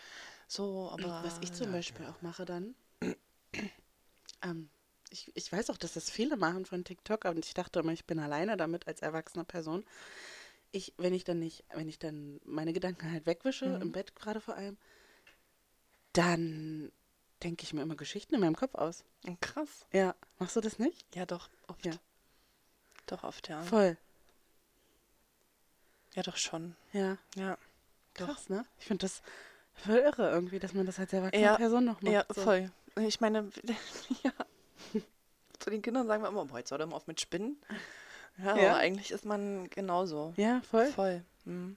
B: so, Ah, aber.
A: Hm, Was ich zum Beispiel auch mache dann, ähm, ich, ich weiß auch, dass das viele machen von TikTok, aber ich dachte immer, ich bin alleine damit als erwachsene Person. Ich, wenn ich dann nicht, wenn ich dann meine Gedanken halt wegwische,
B: Mhm.
A: im Bett gerade vor allem, dann denke ich mir immer Geschichten in meinem Kopf aus.
B: Hm, Krass.
A: Ja, machst du das nicht?
B: Ja, doch, oft.
A: Ja.
B: Doch, oft, ja.
A: Voll.
B: Ja, doch schon.
A: Ja,
B: Ja. Doch.
A: krass, ne? Ich finde das voll irre irgendwie, dass man das als erwachsene
B: Ja,
A: Person noch macht.
B: ja,
A: so.
B: voll. Ich meine, ja. Zu den Kindern sagen wir immer, heute soll er mal auf mit Spinnen. Ja,
A: Ja.
B: aber eigentlich ist man genauso.
A: Ja, voll.
B: Voll. Mhm.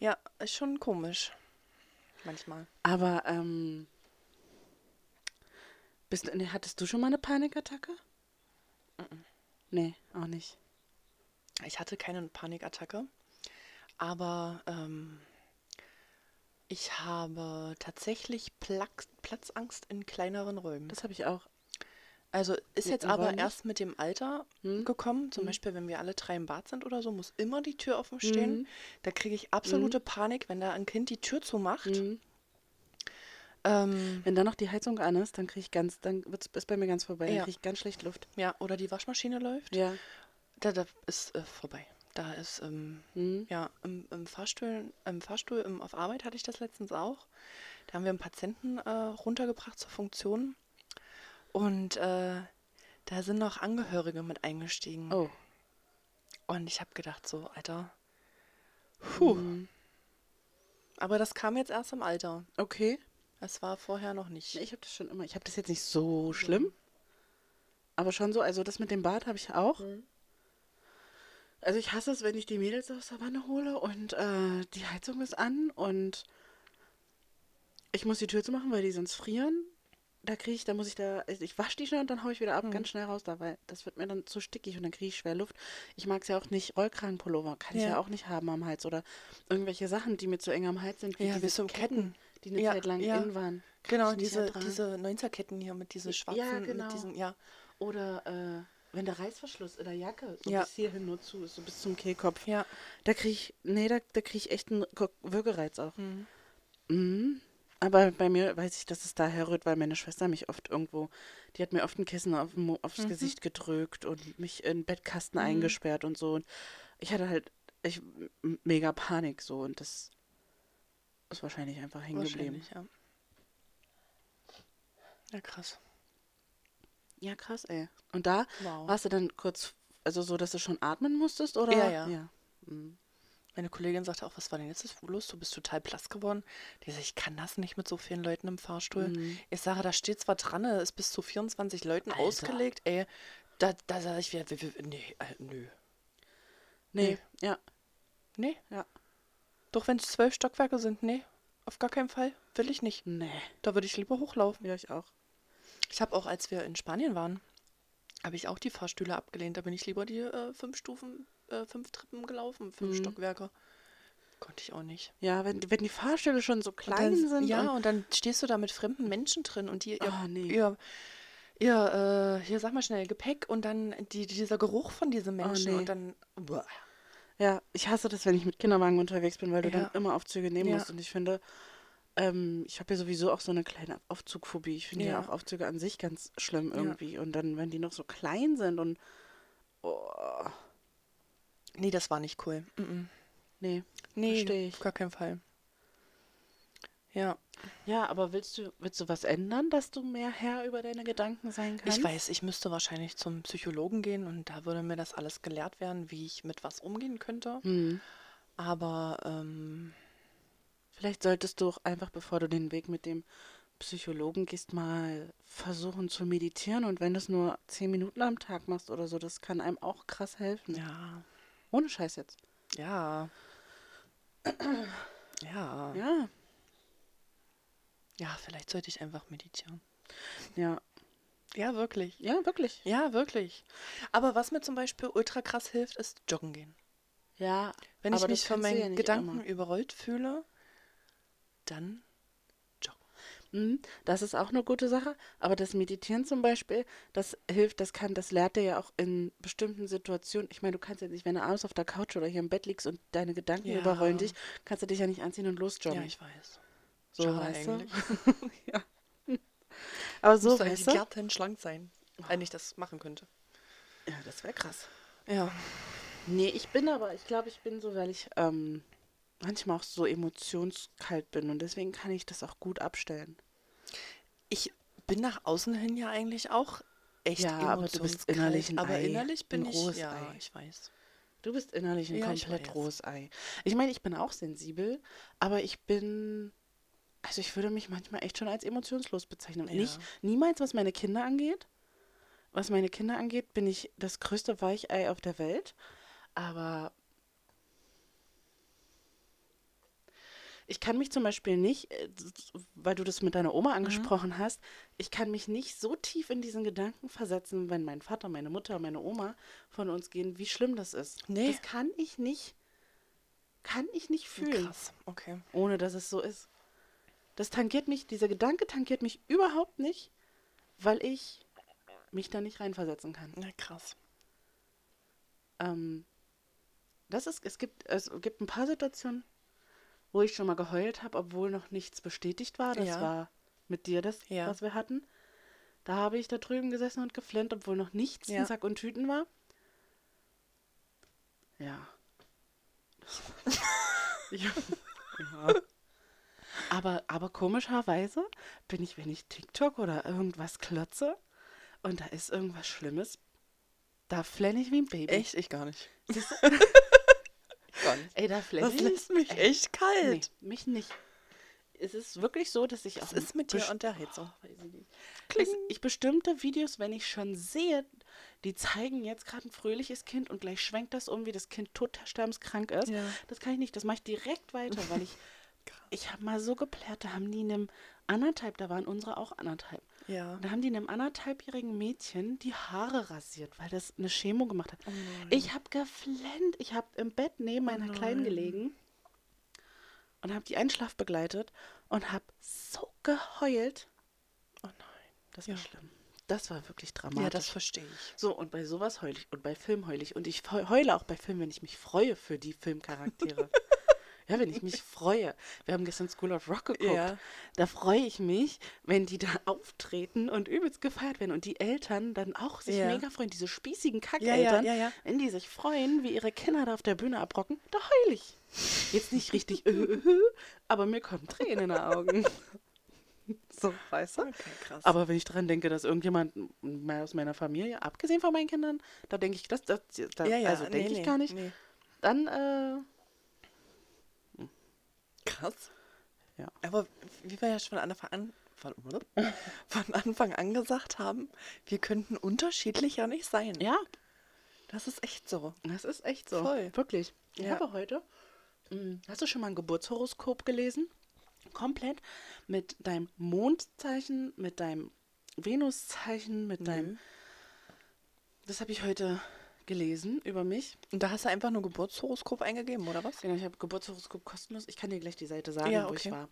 B: Ja, ist schon komisch. Manchmal.
A: Aber ähm, bist, du- nee, hattest du schon mal eine Panikattacke? Nee, auch nicht.
B: Ich hatte keine Panikattacke, aber ähm, ich habe tatsächlich Plax Platzangst in kleineren Räumen.
A: Das habe ich auch.
B: Also ist
A: Ja,
B: jetzt
A: im Raum
B: aber
A: nicht? Hm?
B: erst mit dem Alter gekommen. Zum Beispiel, wenn wir alle drei im Bad sind oder so, muss immer die Tür offen stehen.
A: Hm?
B: Da kriege ich absolute Panik, wenn da ein Kind die Tür zumacht.
A: Hm?
B: Ähm,
A: Mhm. Wenn dann noch die Heizung an ist, dann kriege ich ganz, dann wird's, ist bei mir ganz vorbei. Dann
B: Ja.
A: kriege ich ganz schlecht Luft.
B: ja, oder die Waschmaschine läuft.
A: Ja.
B: Da, da ist äh, vorbei. Da ist, ähm,
A: Mhm.
B: ja, im, im Fahrstuhl, im Fahrstuhl im, auf Arbeit hatte ich das letztens auch. Da haben wir einen Patienten äh, runtergebracht zur Funktion. Und äh, da sind noch Angehörige mit eingestiegen.
A: Oh.
B: Und ich habe gedacht, so, Alter. Puh.
A: Mhm.
B: Aber das kam jetzt erst im Alter.
A: Okay.
B: Es war vorher noch nicht.
A: Ich habe das schon immer. Ich habe das jetzt nicht so schlimm. Aber schon so, also das mit dem Bad habe ich auch.
B: Mhm.
A: Also ich hasse es, wenn ich die Mädels aus der Wanne hole und äh, die Heizung ist an und ich muss die Tür zumachen, weil die sonst frieren. Da kriege ich, da muss ich da, also ich wasche die schnell und dann haue ich wieder ab,
B: Mhm.
A: ganz schnell raus da, weil das wird mir dann zu stickig und dann kriege ich schwer Luft. Ich mag es ja auch nicht, Rollkragenpullover kann ich
B: Ja.
A: ja auch nicht haben am Hals oder irgendwelche Sachen, die mir zu eng am Hals sind, wie
B: Ja, wie
A: diese
B: so Ketten.
A: die eine
B: Ja,
A: Zeit lang
B: ja.
A: in waren. Kann
B: Genau,
A: ich nicht
B: diese,
A: ertragen.
B: diese 90er-Ketten hier mit diesen
A: Ja,
B: schwarzen,
A: genau.
B: mit diesen, ja.
A: Oder äh, wenn der Reißverschluss in der Jacke so
B: Ja.
A: bis hierhin nur zu ist, so bis zum Kehlkopf.
B: Ja.
A: Da kriege ich, nee, da, da kriege ich echt einen Ko- Würgereiz auch.
B: Hm,
A: Mhm. Aber bei mir weiß ich, dass es daher rührt, weil meine Schwester mich oft irgendwo, die hat mir oft ein Kissen auf, den Mo- aufs Gesicht gedrückt und mich in den Bettkasten eingesperrt und so. Und ich hatte halt ich, m- mega Panik so und das ist wahrscheinlich einfach hängen geblieben.
B: Wahrscheinlich, ja. Ja, krass.
A: Ja, krass, ey. Und da
B: Wow.
A: warst du dann kurz, also so, dass du schon atmen musstest, oder?
B: Ja, ja.
A: ja.
B: Meine Kollegin sagte auch, was war denn jetzt los? Du bist total blass geworden. Die sagt, ich kann das nicht mit so vielen Leuten im Fahrstuhl. Ich sage, da steht zwar dran, es ist bis zu 24 Leuten ausgelegt. Ey, da, da sage ich wieder, w- w- nee, äh, nö.
A: Nee, ja,
B: Nee,
A: ja.
B: doch wenn es zwölf Stockwerke sind, nee, auf gar keinen Fall. Will ich nicht.
A: Nee,
B: Da würde ich lieber hochlaufen.
A: ja, ich auch.
B: Ich habe auch, als wir in Spanien waren, habe ich auch die Fahrstühle abgelehnt. Da bin ich lieber die äh, fünf Stufen, äh, fünf Treppen gelaufen, fünf Stockwerke. Konnte ich auch nicht.
A: Ja, wenn, wenn die Fahrstühle schon so
B: Und
A: klein
B: dann,
A: sind.
B: ja,
A: und,
B: und dann stehst du da mit fremden Menschen drin und die ihr,
A: Oh, nee.
B: ihr, ihr, äh, hier sag mal schnell, Gepäck und dann die, dieser Geruch von diesem Menschen
A: Ah, nee.
B: und dann. Uah.
A: Ja, ich hasse das, wenn ich mit Kinderwagen unterwegs bin, weil du
B: Ja.
A: dann immer Aufzüge nehmen
B: Ja.
A: musst. Und ich finde, ähm, ich habe ja sowieso auch so eine kleine Aufzugphobie. Ich finde ja.
B: Ja.
A: auch Aufzüge an sich ganz schlimm irgendwie. Und dann, wenn die noch so klein sind und. Oh,
B: Nee, das war nicht cool. Mhm.
A: nee.
B: Nee,
A: Versteh ich.
B: auf gar keinen Fall. Ja,
A: Ja, aber willst du, willst du was ändern, dass du mehr Herr über deine Gedanken sein kannst?
B: ich weiß, ich müsste wahrscheinlich zum Psychologen gehen und da würde mir das alles gelehrt werden, wie ich mit was umgehen könnte.
A: Hm.
B: Aber ähm,
A: Vielleicht solltest du auch einfach, bevor du den Weg mit dem Psychologen gehst, mal versuchen zu meditieren. Und wenn du es nur zehn Minuten am Tag machst oder so, das kann einem auch krass helfen.
B: ja,
A: Ohne Scheiß jetzt.
B: ja. Ja.
A: Ja,
B: Ja, vielleicht sollte ich einfach meditieren.
A: ja,
B: Ja, wirklich.
A: ja, wirklich.
B: Ja, wirklich. Aber was mir zum Beispiel ultra krass hilft, ist joggen gehen.
A: Ja,
B: Wenn
A: aber
B: ich mich
A: das
B: von
A: kannst du
B: meinen
A: ja nicht
B: Gedanken
A: immer.
B: überrollt fühle, dann joggen.
A: Mhm, Das ist auch eine gute Sache, aber das Meditieren zum Beispiel, das hilft, das kann, das lehrt dir ja auch in bestimmten Situationen. Ich meine, du kannst ja nicht, wenn du abends auf der Couch oder hier im Bett liegst und deine Gedanken
B: Ja.
A: überrollen dich, kannst du dich ja nicht anziehen und
B: Ja,
A: losjoggen.
B: ich weiß.
A: so,
B: Schade
A: weißt du?
B: eigentlich.
A: ja. Aber so,
B: So, Müsste eigentlich
A: weißt du? Ja,
B: Gärten schlank sein, wenn ich das machen könnte.
A: das wäre krass.
B: Ja.
A: Nee, ich bin aber, ich glaube, ich bin so, weil ich ähm, manchmal auch so emotionskalt bin und deswegen kann ich das auch gut abstellen.
B: Ich bin nach außen hin ja eigentlich auch echt
A: Ja, aber du bist
B: emotionskalt,
A: innerlich ein
B: Aber
A: Ei,
B: innerlich bin
A: ein
B: ich,
A: rohes
B: ja,
A: Ei. Hm,
B: ich weiß.
A: Du bist innerlich ein
B: Ja, ich
A: komplett
B: weiß.
A: rohes Ei. Ich meine, ich bin auch sensibel, aber ich bin. Also ich würde mich manchmal echt schon als emotionslos bezeichnen.
B: Ja.
A: Nicht, niemals, was meine Kinder angeht. Was meine Kinder angeht, bin ich das größte Weichei auf der Welt. Aber ich kann mich zum Beispiel nicht, äh, s- s- weil du das mit deiner
B: Mhm.
A: Oma angesprochen hast, ich kann mich nicht so tief in diesen Gedanken versetzen, wenn mein Vater, meine Mutter, meine Oma von uns gehen, wie schlimm das ist.
B: Nee.
A: Das kann ich nicht, kann ich nicht fühlen,
B: Krass, okay.
A: ohne dass es so ist. Das tangiert mich, dieser Gedanke tangiert mich überhaupt nicht, weil ich mich da nicht reinversetzen kann.
B: Na krass.
A: Ähm, das ist, es gibt, es gibt ein paar Situationen, wo ich schon mal geheult habe, obwohl noch nichts bestätigt war. Das
B: Ja.
A: war mit dir das,
B: Ja.
A: was wir hatten. Da habe ich da drüben gesessen und geflennt, obwohl noch nichts
B: Ja.
A: in Sack und Tüten war. Ja. ja. ja. Aber, aber komischerweise bin ich, wenn ich TikTok oder irgendwas klotze und da ist irgendwas Schlimmes, da flenne ich wie ein Baby.
B: Echt? Ich gar nicht. Ich gar nicht.
A: Ey, da flenne
B: Das
A: ich.
B: lässt mich
A: Ey,
B: echt
A: Nee,
B: kalt.
A: mich nicht. Es ist wirklich so, dass ich auch.
B: Was ist mit dir
A: best-
B: und der Heizung?
A: Weiß ich nicht.
B: Kling.
A: Dass ich bestimmte Videos, wenn ich schon sehe, die zeigen jetzt gerade ein fröhliches Kind und gleich schwenkt das um, wie das Kind totsterbenskrank ist.
B: Ja.
A: Das kann ich nicht. Das mache ich direkt weiter, weil ich. Ich habe mal so geplärt, da haben die einem anderthalb, da waren unsere auch anderthalb.
B: Ja.
A: Und da haben die einem anderthalbjährigen Mädchen die Haare rasiert, weil das eine Chemo gemacht hat. ich habe geflennt. Ich habe im Bett neben meiner Kleinen gelegen und habe die Einschlaf begleitet und habe so geheult.
B: Oh nein.
A: Das war
B: Ja.
A: schlimm. Das war wirklich dramatisch.
B: Ja, das verstehe ich.
A: so, und bei sowas heul ich und bei Film heul ich. Und ich feu- heule auch bei Filmen, wenn ich mich freue für die Filmcharaktere. ja, wenn ich mich freue. Wir haben gestern School of Rock geguckt.
B: Ja.
A: Da freue ich mich, wenn die da auftreten und übelst gefeiert werden. Und die Eltern dann auch sich
B: Ja.
A: mega freuen. Diese spießigen
B: ja,
A: Kackeltern,
B: ja, ja.
A: wenn die sich freuen, wie ihre Kinder da auf der Bühne abrocken, da heul ich. Jetzt nicht richtig, äh, äh, äh, aber mir kommen Tränen in die Augen. so, weißt du?
B: Okay, krass.
A: Aber wenn ich daran denke, dass irgendjemand m- mal aus meiner Familie, abgesehen von meinen Kindern, da denke ich, das, das, da,
B: ja, ja,
A: also
B: nee,
A: denke ich
B: nee,
A: gar nicht,
B: Nee.
A: dann, äh,
B: Krass.
A: Ja.
B: Aber wie wir ja schon von Anfang an, von, von Anfang an gesagt haben, wir könnten unterschiedlicher nicht sein.
A: ja,
B: Das ist echt so.
A: das ist echt so.
B: Voll.
A: Wirklich. Ich
B: Ja.
A: habe heute, mh, hast du schon mal ein Geburtshoroskop gelesen? Komplett mit deinem Mondzeichen, mit deinem Venuszeichen,
B: Mhm.
A: mit deinem Das habe ich heute gelesen über mich.
B: Und da hast du einfach nur Geburtshoroskop eingegeben, oder was?
A: Genau, ich habe Geburtshoroskop kostenlos. Ich kann dir gleich die Seite sagen,
B: Ja,
A: wo ich
B: okay.
A: war. Und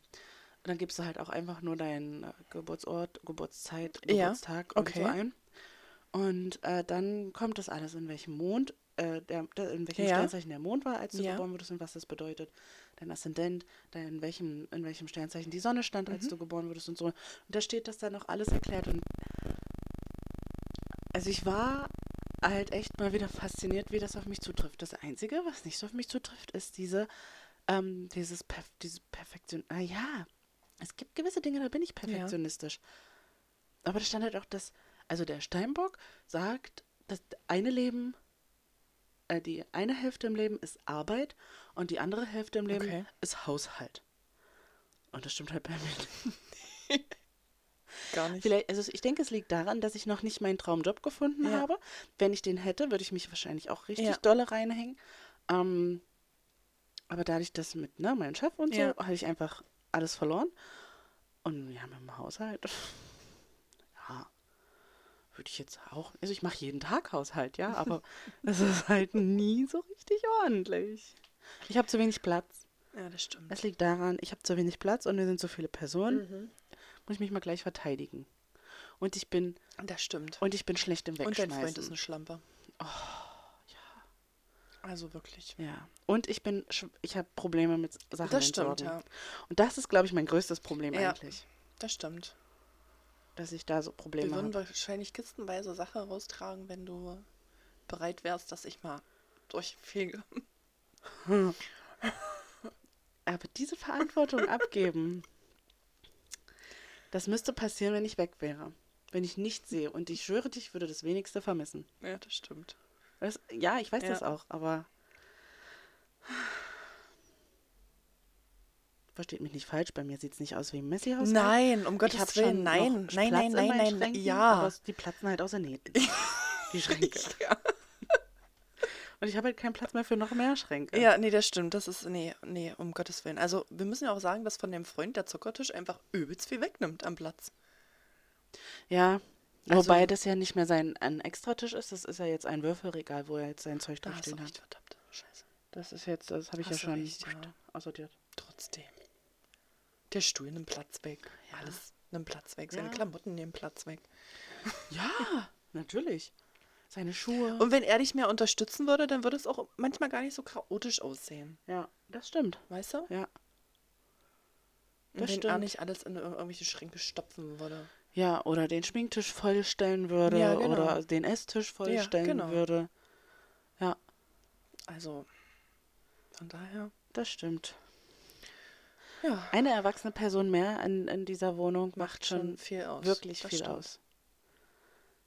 A: dann gibst du halt auch einfach nur deinen äh, Geburtsort, Geburtszeit,
B: Ja,
A: Geburtstag
B: okay.
A: und so ein. Und äh, dann kommt das alles, in welchem Mond, äh, der, der, in welchem
B: Ja.
A: Sternzeichen der Mond war, als du
B: Ja.
A: geboren wurdest und was das bedeutet. Dein Aszendent, dein, in, welchem, in welchem Sternzeichen die Sonne stand,
B: Mhm.
A: als du geboren wurdest und so. Und da steht das dann auch alles erklärt. Und also ich war halt echt mal wieder fasziniert, wie das auf mich zutrifft. Das Einzige, was nicht so auf mich zutrifft, ist diese, ähm, dieses, Perf diese Perfektion. Ah ja, es gibt gewisse Dinge, da bin ich perfektionistisch. Aber da stand halt auch das, also der Steinbock sagt, das eine Leben, äh, die eine Hälfte im Leben ist Arbeit und die andere Hälfte im Leben
B: Okay.
A: ist Haushalt. Und das stimmt halt bei mir nicht.
B: Gar nicht.
A: Vielleicht, also ich denke, es liegt daran, dass ich noch nicht meinen Traumjob gefunden
B: Ja.
A: habe. Wenn ich den hätte, würde ich mich wahrscheinlich auch richtig
B: Ja.
A: dolle reinhängen. Ähm, aber dadurch, dass mit ne, meinem Chef und so,
B: Ja.
A: habe ich einfach alles verloren. Und ja, mit dem Haushalt. Ja. Würde ich jetzt auch. Also ich mache jeden Tag Haushalt, ja, aber es ist halt nie so richtig ordentlich. Ich habe zu wenig Platz.
B: Ja, das stimmt.
A: Es liegt daran, ich habe zu wenig Platz und wir sind zu viele Personen.
B: Mhm.
A: Muss ich mich mal gleich verteidigen. Und ich bin
B: Das stimmt.
A: und ich bin schlecht im
B: Und Oh,
A: Wegschmeißen.
B: dein Freund ist eine Schlampe. Also wirklich.
A: ja. Und ich bin sch- ich habe Probleme mit Sachen
B: Das stimmt,
A: entsorgen.
B: ja.
A: Und das ist glaube ich mein größtes Problem
B: Ja.
A: eigentlich,
B: Das stimmt.
A: dass ich da so
B: Wir
A: Probleme
B: würden
A: habe.
B: wahrscheinlich kistenweise Sachen raustragen, wenn du bereit wärst, dass ich mal durchfege.
A: Aber diese Verantwortung abgeben. Das müsste passieren, wenn ich weg wäre. Wenn ich nicht sehe und ich schwöre dich, ich würde das wenigste vermissen.
B: Ja, das stimmt.
A: Das, ja, ich weiß
B: Ja.
A: das auch, aber. Versteht mich nicht falsch, bei mir sieht es nicht aus wie ein Messi-Haus.
B: Nein, um
A: ich habe
B: Gottes
A: schon
B: Willen, nein,
A: noch
B: nein,
A: Platz
B: nein,
A: in
B: nein,
A: meinen
B: nein,
A: Schränken, aber
B: ja.
A: es- die platzen halt außer Nähten. Die Schränke.
B: Ja.
A: Und ich habe halt keinen Platz mehr für noch mehr Schränke.
B: ja, nee, das stimmt. Das ist, nee, nee, um Gottes Willen. Also, wir müssen ja auch sagen, dass von dem Freund der Zuckertisch einfach übelst viel wegnimmt am Platz.
A: Ja,
B: Also-
A: Wobei das ja nicht mehr sein ein Extratisch ist, das ist ja jetzt ein Würfelregal, wo er jetzt sein Zeug
B: Da hast du
A: draufstehen
B: recht,
A: hat.
B: verdammt. Scheiße.
A: Das ist jetzt, das habe ich
B: Hast du
A: ja schon
B: recht, ja.
A: aussortiert.
B: Trotzdem. Der Stuhl nimmt Platz weg. Alles nimmt Platz weg. Seine
A: Ja.
B: Klamotten nehmen Platz weg.
A: Ja, natürlich. Seine Schuhe.
B: Und wenn er dich mehr unterstützen würde, dann würde es auch manchmal gar nicht so chaotisch aussehen.
A: ja, das stimmt.
B: Weißt du?
A: Ja.
B: Und wenn
A: Das
B: er
A: stimmt.
B: nicht alles in ir- irgendwelche Schränke stopfen würde.
A: Ja, oder den Schminktisch vollstellen würde
B: Ja, genau.
A: oder den Esstisch vollstellen
B: genau.
A: würde. Ja,
B: Also, von daher.
A: das stimmt.
B: Ja,
A: Eine erwachsene Person mehr in, in dieser Wohnung macht schon
B: viel aus.
A: wirklich
B: Das
A: viel
B: stimmt.
A: aus.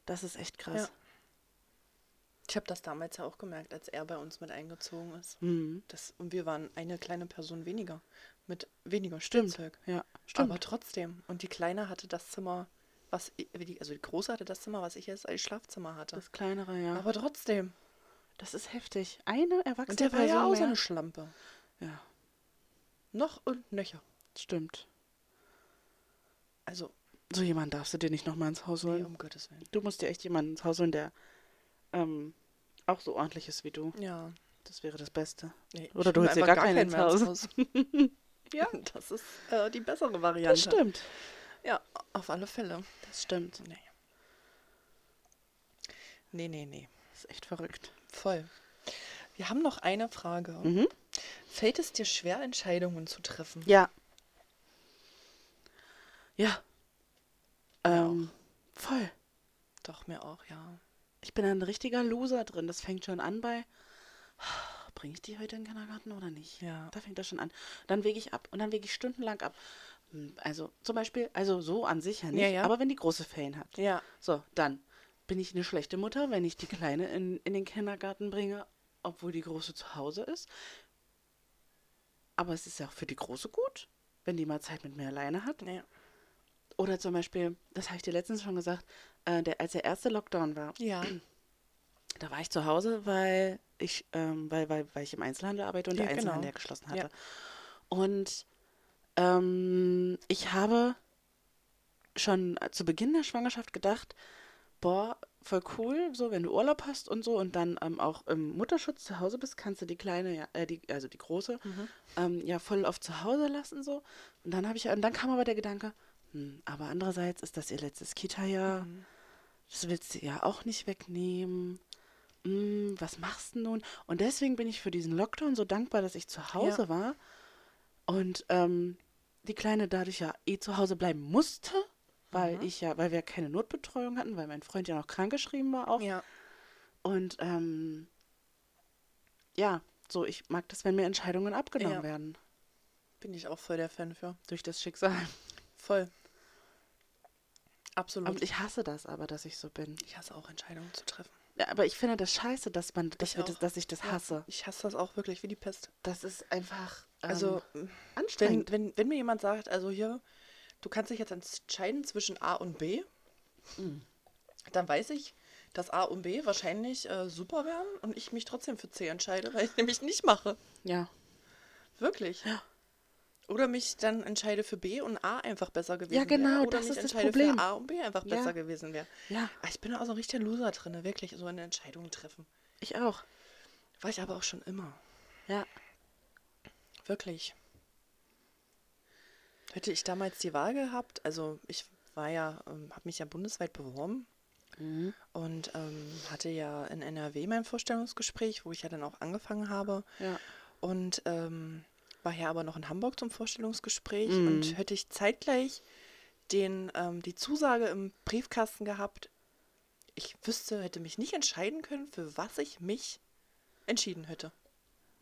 A: Das ist echt krass.
B: Ich habe das damals ja auch gemerkt, als er bei uns mit eingezogen ist.
A: Mhm.
B: Das, und wir waren eine kleine Person weniger. Mit weniger
A: Stimmt.
B: Spielzeug.
A: Ja,
B: Aber
A: stimmt.
B: trotzdem. Und die Kleine hatte das Zimmer, was i- die- also die Große hatte das Zimmer, was ich jetzt als Schlafzimmer hatte.
A: das kleinere, ja.
B: Aber trotzdem.
A: das ist heftig. Eine erwachsene
B: Und der war
A: Person
B: ja auch so
A: mehr.
B: eine Schlampe.
A: ja,
B: Noch und nöcher.
A: stimmt.
B: Also,
A: So jemanden darfst du dir nicht nochmal ins Haus
B: nee,
A: holen.
B: um Gottes Willen.
A: Du musst dir echt jemanden ins Haus holen, der ähm, auch so ordentlich ist wie du.
B: Ja.
A: Das wäre das Beste.
B: Nee,
A: Oder du
B: ich
A: holst dir
B: nehme
A: gar
B: einfach
A: keinen
B: mehr
A: ins
B: Haus. ja, das ist äh, die bessere Variante.
A: Das stimmt.
B: Ja, auf alle Fälle.
A: Das stimmt.
B: Nee. Nee, nee, nee.
A: Das ist echt verrückt.
B: Voll. Wir haben noch eine Frage.
A: Mhm.
B: Fällt es dir schwer, Entscheidungen zu treffen?
A: Ja. Ja. Ähm, voll.
B: Doch, mir auch, ja.
A: Ich bin ein richtiger Loser drin. Das fängt schon an bei, bringe ich die heute in den Kindergarten oder nicht?
B: Ja.
A: Da fängt das schon an. Dann wege ich ab und dann wege ich stundenlang ab. Hm, Also zum Beispiel, also so an sich ja nicht,
B: Ja, ja.
A: aber wenn die große Ferien hat.
B: Ja.
A: So, dann bin ich eine schlechte Mutter, wenn ich die Kleine in, in den Kindergarten bringe, obwohl die Große zu Hause ist. Aber es ist ja auch für die Große gut, wenn die mal Zeit mit mir alleine hat.
B: Ja.
A: Oder zum Beispiel, das habe ich dir letztens schon gesagt, äh, der, als der erste Lockdown war,
B: Ja.
A: da war ich zu Hause, weil ich, ähm, weil, weil, weil ich im Einzelhandel arbeite und
B: Ja,
A: der
B: genau.
A: Einzelhandel ja geschlossen hatte.
B: Ja.
A: Und ähm, ich habe schon zu Beginn der Schwangerschaft gedacht, boah, voll cool, so wenn du Urlaub hast und so und dann ähm, auch im Mutterschutz zu Hause bist, kannst du die kleine, ja, äh, die, also die große, ähm, ja voll auf zu Hause lassen so. Und dann habe ich, und dann kam aber der Gedanke, hm, aber andererseits ist das ihr letztes Kita-Jahr, das willst du ja auch nicht wegnehmen. Hm, was machst du nun? Und deswegen bin ich für diesen Lockdown so dankbar, dass ich zu Hause war und ähm, die Kleine dadurch ja eh zu Hause bleiben musste, weil ich ja, weil wir keine Notbetreuung hatten, weil mein Freund ja noch krankgeschrieben war auch.
B: Ja.
A: Und ähm, ja, so ich mag das, wenn mir Entscheidungen abgenommen
B: Ja.
A: werden
B: Bin ich auch voll der Fan für.
A: durch das Schicksal.
B: Voll. Absolut.
A: Und ich hasse das aber, dass ich so bin.
B: ich hasse auch Entscheidungen zu treffen.
A: Ja, aber ich finde das scheiße, dass man, dass,
B: Ich
A: wir das,
B: auch.
A: dass ich das
B: Ja,
A: hasse.
B: Ich hasse das auch wirklich wie die Pest.
A: Das ist einfach ähm,
B: Also, wenn,
A: anstrengend.
B: wenn, wenn mir jemand sagt, also hier, du kannst dich jetzt entscheiden zwischen A und B,
A: Mhm.
B: dann weiß ich, dass A und B wahrscheinlich äh, super wären und ich mich trotzdem für C entscheide, weil ich nämlich nicht mache.
A: ja.
B: Wirklich.
A: Ja.
B: Oder mich dann entscheide für B und A einfach besser gewesen
A: Ja, genau,
B: wäre. Oder
A: das
B: mich
A: ist das
B: entscheide
A: Problem.
B: für A und B einfach
A: Ja.
B: besser gewesen wäre.
A: Ja,
B: Aber Ich bin auch so ein richtiger Loser drin, wirklich, so eine Entscheidung treffen.
A: ich auch.
B: War ich aber auch schon immer.
A: Ja.
B: Wirklich. Hätte ich damals die Wahl gehabt, also ich war ja, ähm, habe mich ja bundesweit beworben
A: Mhm.
B: und ähm, hatte ja in NRW mein Vorstellungsgespräch, wo ich ja dann auch angefangen habe
A: Ja.
B: und ähm, war ja aber noch in Hamburg zum Vorstellungsgespräch
A: Mhm.
B: und hätte ich zeitgleich den, ähm, die Zusage im Briefkasten gehabt, ich wüsste, hätte mich nicht entscheiden können, für was ich mich entschieden hätte.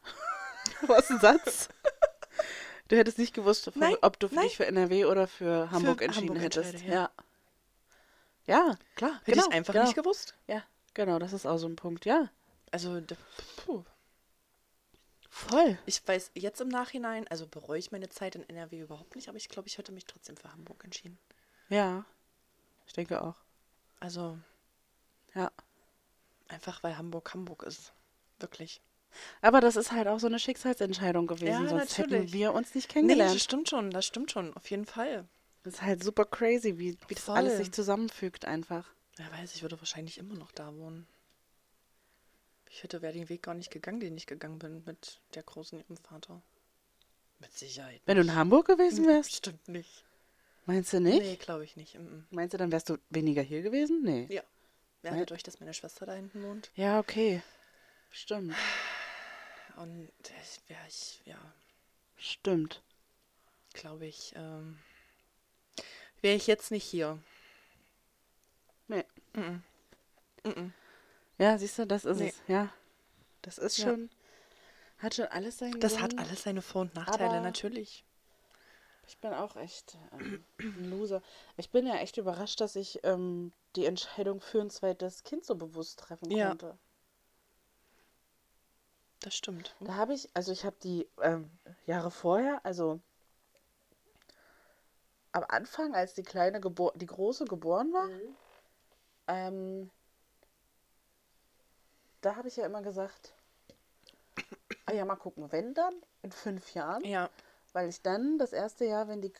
A: Was ein Satz. Du hättest nicht gewusst, von-
B: Nein,
A: ob du für
B: nein.
A: dich für NRW oder für Hamburg
B: Hamburg
A: entschieden hättest.
B: entscheide,
A: ja. ja. klar. genau,
B: Hätte ich einfach nicht gewusst.
A: Ja, genau, das ist auch so ein Punkt. Ja,
B: Also, da- puh.
A: voll.
B: Ich weiß jetzt im Nachhinein, also bereue ich meine Zeit in NRW überhaupt nicht, aber ich glaube, ich hätte mich trotzdem für Hamburg entschieden.
A: Ja, ich denke auch.
B: Also
A: Ja.
B: einfach, weil Hamburg Hamburg ist. Wirklich.
A: Aber das ist halt auch so eine Schicksalsentscheidung gewesen,
B: Ja,
A: sonst hätten
B: natürlich.
A: wir uns nicht
B: Nee,
A: kennengelernt.
B: das stimmt schon, das stimmt schon, auf jeden Fall.
A: das ist halt super crazy, wie, wie das
B: Voll.
A: alles sich zusammenfügt einfach.
B: Wer weiß, ich würde wahrscheinlich immer noch da wohnen. Ich hätte wäre den Weg gar nicht gegangen, den ich gegangen bin mit der großen ihrem Vater. Mit Sicherheit.
A: Wenn du in Hamburg gewesen wärst,
B: Stimmt nicht.
A: meinst du nicht?
B: Mhm. Nee, glaube ich nicht. Mm
A: Meinst du, dann wärst du weniger hier gewesen? Nee.
B: -mm. Ja. Ja,
A: Nein.
B: dadurch, dass meine Schwester da hinten wohnt.
A: Ja, okay. Stimmt.
B: Und ich wäre ich, ja,
A: Stimmt.
B: glaube ich, ähm, wäre ich jetzt nicht hier.
A: Nee.
B: Mhm. Mhm.
A: Ja, siehst du, das ist
B: Nee.
A: es. Ja. Das ist
B: Ja.
A: schon. Hat schon alles seinen
B: Das
A: Grund.
B: hat alles seine Vor- und Nachteile,
A: Aber-
B: natürlich.
A: Ich bin auch echt ähm, ein Loser. Ich bin ja echt überrascht, dass ich ähm, die Entscheidung für ein zweites Kind so bewusst treffen
B: Ja.
A: konnte.
B: Das stimmt.
A: Da habe ich, also ich habe die ähm, Jahre vorher, also am Anfang, als die kleine Gebor die große geboren war,
B: Mhm.
A: ähm, da habe ich ja immer gesagt, ah ja, mal gucken, wenn dann, in fünf Jahren.
B: Ja,
A: Weil ich dann das erste Jahr, wenn die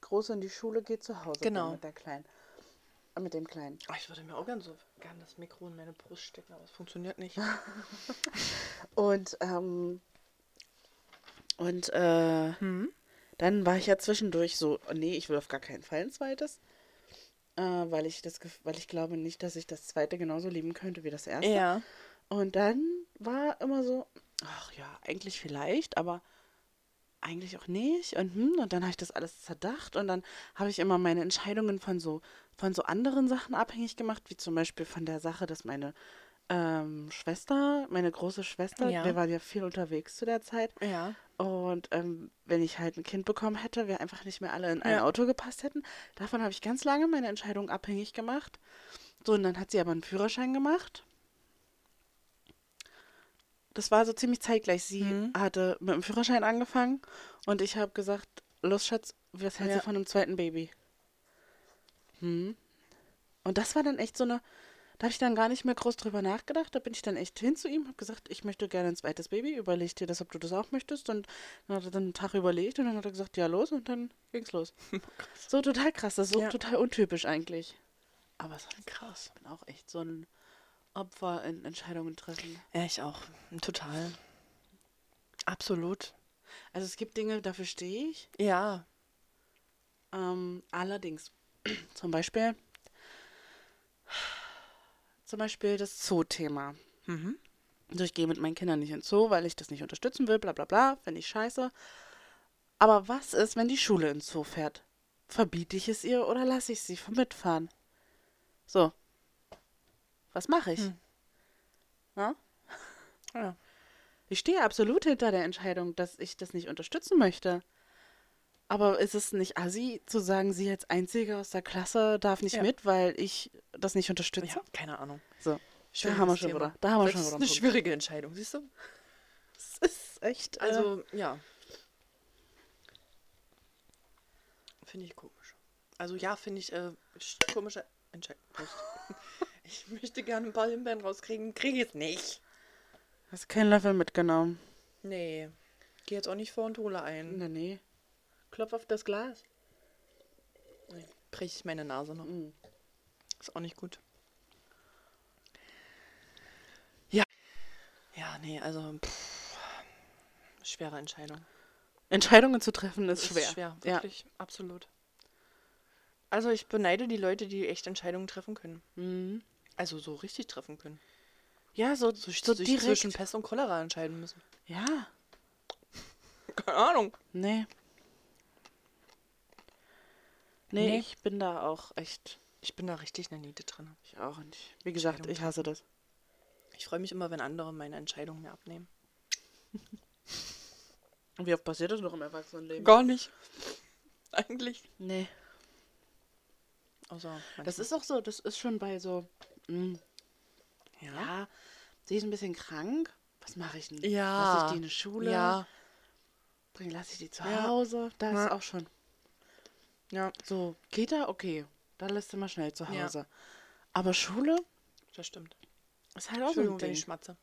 A: Große in die Schule geht, zu Hause
B: Genau.
A: bin mit der Kleinen. Äh, Mit dem Kleinen.
B: Oh, ich würde mir auch gern so gern das Mikro in meine Brust stecken, aber es funktioniert nicht.
A: Und, ähm, und äh,
B: Mhm.
A: dann war ich ja zwischendurch so, oh nee, ich will auf gar keinen Fall ein zweites. Äh, weil ich das gef- weil ich glaube nicht, dass ich das zweite genauso lieben könnte wie das erste.
B: ja.
A: Und dann war immer so, ach ja, eigentlich vielleicht, aber eigentlich auch nicht. Und, hm, und dann habe ich das alles zerdacht und dann habe ich immer meine Entscheidungen von so, von so anderen Sachen abhängig gemacht, wie zum Beispiel von der Sache, dass meine ähm, Schwester, meine große Schwester,
B: Ja.
A: wir waren ja viel unterwegs zu der Zeit.
B: Ja.
A: Und ähm, wenn ich halt ein Kind bekommen hätte, wir einfach nicht mehr alle in ein
B: Ja.
A: Auto gepasst hätten. Davon habe ich ganz lange meine Entscheidung abhängig gemacht. So, und dann hat sie aber einen Führerschein gemacht. Das war so ziemlich zeitgleich. Sie hatte mit dem Führerschein angefangen und ich habe gesagt, los Schatz, was hältst
B: Ja.
A: du Also von einem zweiten Baby? Hm. Und das war dann echt so eine, da habe ich dann gar nicht mehr groß drüber nachgedacht. Da bin ich dann echt hin zu ihm, habe gesagt, ich möchte gerne ein zweites Baby, überleg dir das, ob du das auch möchtest. Und dann hat er dann einen Tag überlegt und dann hat er gesagt, ja los und dann ging's los. so total krass, das ist so
B: Ja.
A: total untypisch eigentlich. Aber sonst
B: halt Krass.
A: ich bin auch echt so ein Opfer in Entscheidungen treffen.
B: Ja, ich auch. Total. Absolut.
A: Also es gibt Dinge, dafür stehe ich.
B: Ja.
A: Ähm, allerdings, zum Beispiel, zum Beispiel das Zoo-Thema. Also ich gehe mit meinen Kindern nicht ins Zoo, weil ich das nicht unterstützen will, bla bla bla, finde ich scheiße. Aber was ist, wenn die Schule ins Zoo fährt? Verbiete ich es ihr oder lasse ich sie vom mitfahren? So. Was mache ich?
B: Hm.
A: Na?
B: Ja.
A: Ich stehe absolut hinter der Entscheidung, dass ich das nicht unterstützen möchte. Aber ist es nicht assi, zu sagen, sie als Einzige aus der Klasse darf nicht
B: Ja.
A: mit, weil ich das nicht unterstütze?
B: ja. Keine Ahnung.
A: So.
B: Schwieriges
A: haben wir schon
B: Thema.
A: wieder- da haben wir
B: Das
A: schon
B: ist
A: wieder
B: eine
A: einen Punkt.
B: schwierige Entscheidung, siehst du?
A: Das ist echt. Also,
B: Also, ja. Finde ich komisch. Also, ja, finde ich äh, sch- komische Entscheidung. Prost. ich möchte gerne ein paar Himbeeren rauskriegen, kriege ich es nicht.
A: hast keinen Löffel mitgenommen?
B: Nee. Geh jetzt auch nicht vor und hole ein.
A: Nee, nee. Klopf auf das Glas.
B: Nee. Brech ich meine Nase noch.
A: Mm.
B: Ist auch nicht gut. Ja. Ja, nee, also pff, schwere Entscheidung.
A: Entscheidungen zu treffen ist, schwer.
B: Ist schwer,
A: ja.
B: wirklich, absolut. Also ich beneide die Leute, die echt Entscheidungen treffen können.
A: Mhm.
B: Also so richtig treffen können.
A: ja, so,
B: So,
A: so,
B: sich
A: direkt.
B: zwischen Pest und Cholera entscheiden müssen.
A: ja,
B: Keine Ahnung.
A: nee. nee.
B: Nee.
A: ich bin da auch echt.
B: Ich bin da richtig eine Niete drin.
A: Ich auch nicht. Wie gesagt, ich hasse das.
B: Ich freue mich immer, wenn andere meine Entscheidungen mir abnehmen.
A: Und wie oft passiert das noch im Erwachsenenleben?
B: Gar nicht. Eigentlich.
A: Nee.
B: Außer Also manchmal.
A: Das ist auch so, das ist schon bei so, mm,
B: ja.
A: ja, sie ist ein bisschen krank. Was mache ich denn?
B: Ja.
A: Lasse ich die in die Schule?
B: Ja.
A: Bring, lasse ich die zu
B: Ja.
A: Hause? Da
B: Ja.
A: ist auch schon.
B: Ja,
A: So, Kita, okay. Da lässt du mal schnell zu
B: Ja.
A: Hause. Aber Schule
B: das stimmt.
A: ist halt auch so ein
B: Entschuldigung, wenn
A: Ding.
B: ich schmatze.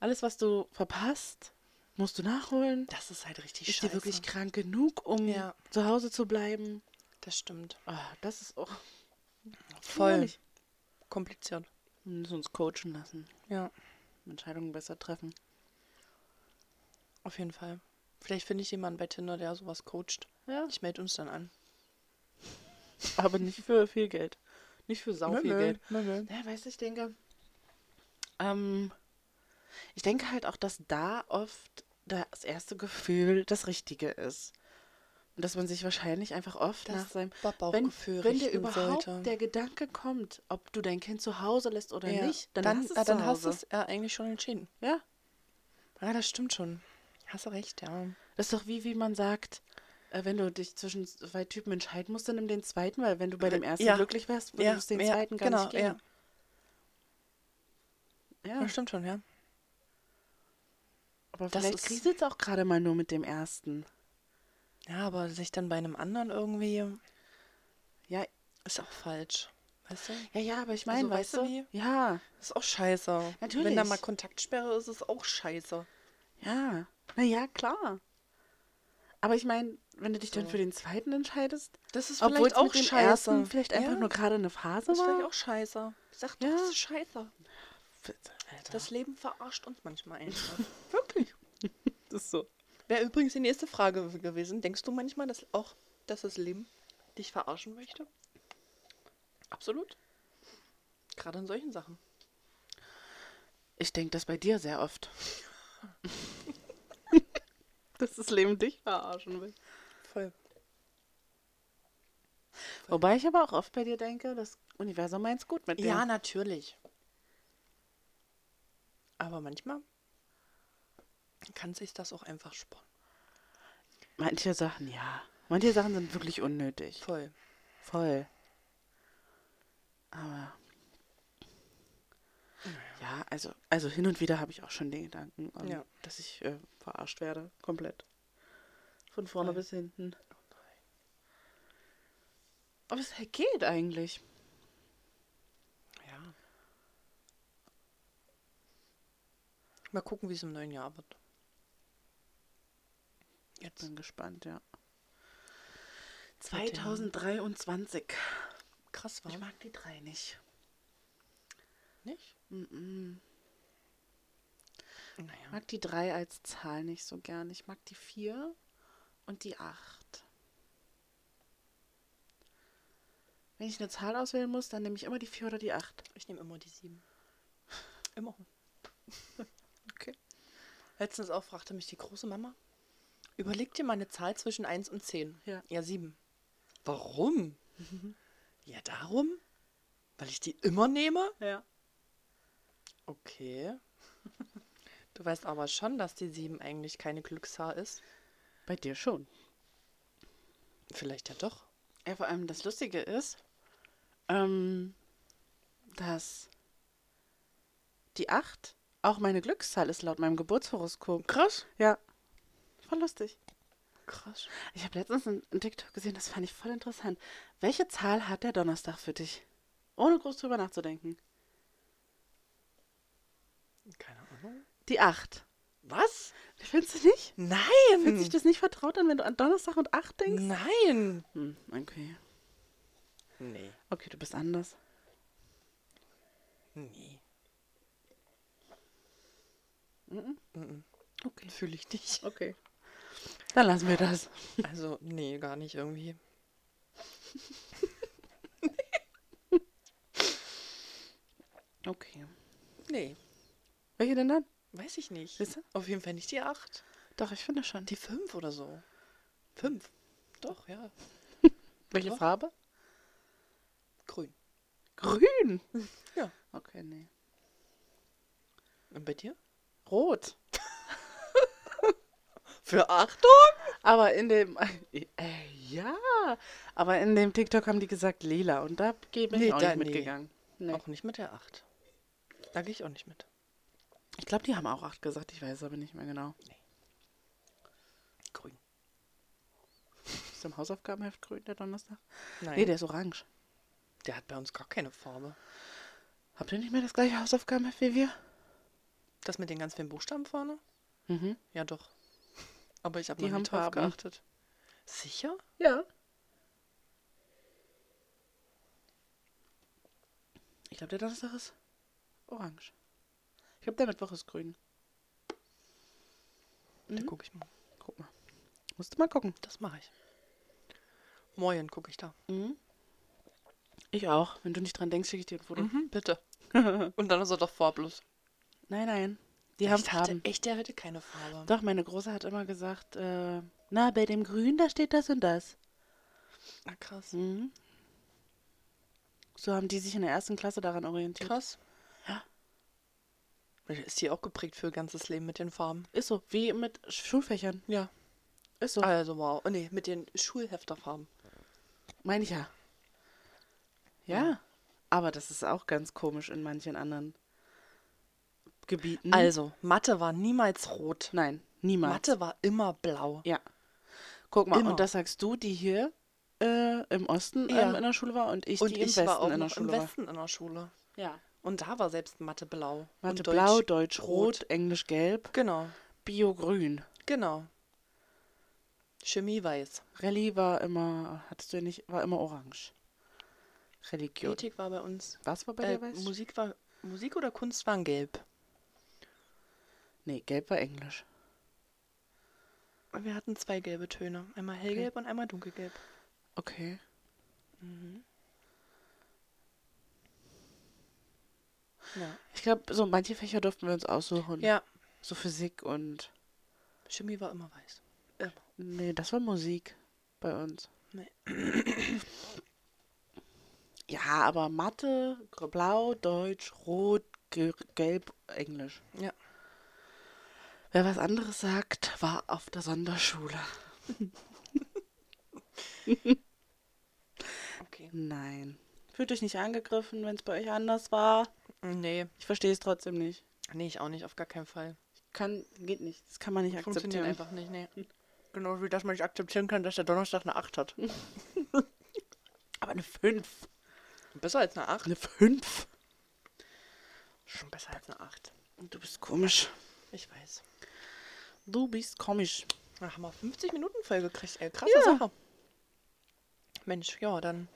A: Alles, was du verpasst, musst du nachholen.
B: Das ist halt richtig
A: Ist
B: scheiße.
A: die wirklich krank genug, um
B: Ja.
A: zu Hause zu bleiben?
B: das stimmt.
A: Ah, das ist auch
B: Voll
A: Natürlich.
B: kompliziert.
A: Wir müssen uns coachen lassen.
B: Ja,
A: Entscheidungen besser treffen.
B: auf jeden Fall. Vielleicht finde ich jemanden bei Tinder, der sowas coacht.
A: Ja.
B: Ich melde uns dann an.
A: Aber nicht für viel Geld. Nicht für sau viel Geld.
B: Mömmel.
A: Ja, weißt du, ich denke, ähm, ich denke halt auch, dass da oft das erste Gefühl das Richtige ist. Und dass man sich wahrscheinlich einfach oft
B: Das
A: nach seinem wenn,
B: Bauchgefühl
A: wenn dir
B: richten
A: überhaupt
B: sollte.
A: der Gedanke kommt, ob du dein Kind zu Hause lässt oder
B: Ja.
A: nicht, dann,
B: dann,
A: hast du
B: ah,
A: es
B: dann
A: zu
B: hast
A: Hause.
B: du es ja, eigentlich schon entschieden.
A: Ja,
B: Ja, das stimmt schon. Hast du recht, ja.
A: das ist doch wie, wie man sagt, äh, wenn du dich zwischen zwei Typen entscheiden musst, dann nimm den zweiten, weil wenn du bei dem ersten
B: Äh, Ja.
A: glücklich wärst,
B: ja,
A: würdest du den zweiten gar
B: genau,
A: nicht geben.
B: Ja.
A: Ja,
B: Das stimmt schon, ja.
A: aber
B: das
A: vielleicht
B: ist-
A: kriegst du jetzt auch gerade mal nur mit dem ersten.
B: Ja, aber sich dann bei einem anderen irgendwie
A: Ja,
B: ist auch falsch. Weißt du?
A: Ja, ja, aber ich meine,
B: Also,
A: weißt
B: weißt
A: du?
B: du wie?
A: Ja,
B: Ist auch scheiße.
A: Natürlich.
B: Wenn da mal Kontaktsperre ist, ist auch scheiße.
A: ja. Na ja, klar. Aber ich meine, wenn du dich dann
B: So.
A: für den zweiten entscheidest,
B: Das ist
A: obwohl
B: vielleicht
A: es
B: auch
A: mit dem
B: scheiße.
A: ersten vielleicht einfach
B: ja,
A: nur gerade eine Phase
B: das ist vielleicht
A: war.
B: auch scheiße. Ich sag doch,
A: Ja.
B: das ist scheiße.
A: Alter,
B: Das Leben verarscht uns manchmal einfach.
A: wirklich. das ist so.
B: Wäre übrigens die nächste Frage gewesen. Denkst du manchmal, dass auch, dass das Leben dich verarschen möchte? Absolut. Gerade in solchen Sachen.
A: Ich denke das bei dir sehr oft. Dass das Leben dich verarschen will.
B: Voll.
A: Wobei ich aber auch oft bei dir denke, das Universum meint's gut mit dir.
B: Ja, natürlich. Aber manchmal kann sich das auch einfach sparen.
A: Manche Sachen, ja. Manche Sachen sind wirklich unnötig.
B: Voll.
A: Voll. Aber. Ja, also, also hin und wieder habe ich auch schon den Gedanken, ähm,
B: Ja.
A: dass ich äh, verarscht werde. Komplett. Von vorne
B: Voll.
A: bis hinten. Aber es geht eigentlich.
B: Ja. Mal gucken, wie es im neuen Jahr wird. Jetzt.
A: Bin gespannt, ja.
B: Mit dem-
A: 2023.
B: krass war.
A: Ich mag die drei nicht.
B: Nicht?
A: Mm-mm. Ich
B: Naja.
A: mag die drei als Zahl nicht so gern. Ich mag die vier und die acht. Wenn ich eine Zahl auswählen muss, dann nehme ich immer die vier oder die acht.
B: Ich nehme immer die sieben. Immer.
A: Okay.
B: Letztens auch fragte mich die große Mama, überleg dir mal eine Zahl zwischen 1 und 10.
A: Ja.
B: Ja, 7. Warum? ja, darum? Weil ich die immer nehme?
A: Ja.
B: Okay. Du weißt aber schon, dass die 7 eigentlich keine Glückszahl ist.
A: Bei dir schon.
B: Vielleicht ja doch.
A: Ja, vor allem das Lustige ist, ähm, dass die 8 auch meine Glückszahl ist laut meinem Geburtshoroskop.
B: Krass.
A: Ja. Voll lustig.
B: Krass.
A: Ich habe letztens einen einen TikTok gesehen, das fand ich voll interessant. Welche Zahl hat der Donnerstag für dich? Ohne groß drüber nachzudenken.
B: Keine Ahnung.
A: Die 8.
B: Was?
A: Findest du nicht? Fühlt sich
B: Nein!
A: das nicht vertraut an, wenn du an Donnerstag und 8 denkst?
B: Nein!
A: Hm, okay.
B: Nee.
A: Okay, du bist anders.
B: Nee.
A: Okay.
B: Fühle ich nicht.
A: Okay. Dann lassen wir das.
B: Also, nee, gar nicht irgendwie.
A: Okay.
B: Nee,
A: Welche denn dann?
B: weiß ich nicht.
A: Siehst du?
B: Auf jeden Fall nicht die 8.
A: Doch, ich finde schon.
B: Die 5 oder so. 5. Doch, ja.
A: Welche
B: Doch.
A: Farbe?
B: Grün.
A: Grün.
B: Ja.
A: Okay, nee.
B: Und bei dir?
A: Rot.
B: Für Achtung!
A: Aber in dem. Äh, ja. Aber in dem TikTok haben die gesagt lila und da ge- bin
B: Nee,
A: ich auch
B: da-
A: nicht
B: nee.
A: mitgegangen. Nee.
B: Auch nicht mit der 8. Da gehe ich auch nicht mit.
A: Ich glaube, die haben auch acht gesagt. Ich weiß aber nicht mehr genau.
B: Grün.
A: Ist im Hausaufgabenheft grün der Donnerstag?
B: Nein,
A: Nee,
B: der,
A: der ist orange.
B: der hat bei uns gar keine Farbe.
A: Habt ihr nicht mehr das gleiche Hausaufgabenheft wie wir?
B: Das mit den ganz vielen Buchstaben vorne?
A: Mhm.
B: Ja, doch. Aber ich habe
A: Die
B: noch
A: haben
B: nicht drauf
A: Farben.
B: geachtet. Sicher?
A: Ja. Ich glaube, der Donnerstag ist orange. Ich glaube, der Mittwoch ist grün.
B: Da
A: Mhm.
B: gucke ich mal.
A: Guck mal. Musst du mal gucken.
B: Das mache ich. Moin, gucke ich da.
A: Ich auch. Wenn du nicht dran denkst, schicke ich dir ein Foto.
B: Mhm, bitte. Und dann ist er doch farblos.
A: Nein, nein. Die haben
B: ich dachte
A: Farben.
B: echt, der hätte keine Farbe.
A: Doch, meine Große hat immer gesagt, äh, na, bei dem Grün, da steht das und das.
B: Na, Ah, krass.
A: Mhm. So haben die sich in der ersten Klasse daran orientiert.
B: Krass.
A: Ja.
B: Ist die auch geprägt für ihr ganzes Leben mit den Farben?
A: Ist so, wie mit Schulfächern.
B: Ja.
A: Ist so.
B: Also wow. Oh, nee, mit den Schulhefterfarben.
A: Meine ich ja. ja. Aber das ist auch ganz komisch in manchen anderen Gebieten.
B: Also, Mathe war niemals rot.
A: Nein, Mhm. niemals.
B: Mathe war immer blau.
A: Ja. Guck mal,
B: Immer.
A: und das sagst du, die hier äh, im Osten
B: Ja.
A: ähm, in der Schule war und ich,
B: Und
A: die im
B: ich
A: Westen
B: war auch
A: in der
B: noch im
A: Schule war.
B: Westen in der Schule.
A: Ja.
B: Und da war selbst Mathe blau.
A: Mathe
B: und
A: blau, Deutsch rot, Englisch gelb,
B: Genau,
A: Bio grün.
B: genau. Chemie weiß.
A: Rallye war immer, hattest du ja nicht, war immer orange. Religion.
B: Ethik war bei uns.
A: Was war bei
B: äh,
A: dir weiß?
B: Musik war Musik oder Kunst waren gelb.
A: Nee, gelb war Englisch.
B: Wir hatten zwei gelbe Töne. Einmal hellgelb und einmal dunkelgelb.
A: Okay.
B: Ja.
A: Ich glaube, so manche Fächer durften wir uns aussuchen.
B: ja.
A: So Physik und.
B: Chemie war immer weiß. Immer.
A: Nee, das war Musik bei uns.
B: Nee.
A: Ja, aber Mathe, gr- Blau, Deutsch, Rot, ge- Gelb, Englisch.
B: Ja.
A: Wer was anderes sagt, war auf der Sonderschule.
B: Okay.
A: Nein. Fühlt euch nicht angegriffen, wenn es bei euch anders war.
B: Nee,
A: Ich verstehe es trotzdem nicht.
B: nee, ich auch nicht, auf gar keinen Fall.
A: Kann, geht nicht. Das kann man nicht
B: Funktioniert
A: akzeptieren.
B: einfach nicht, nee. Genau wie, dass man nicht akzeptieren kann, dass der Donnerstag eine 8 hat.
A: Aber eine 5.
B: Besser als eine 8?
A: Eine 5.
B: Schon besser als eine 8.
A: Du bist komisch.
B: Ich weiß.
A: Du bist komisch.
B: Da haben wir 50 Minuten voll gekriegt, ey. Krasse
A: Ja.
B: Sache. Mensch, ja, dann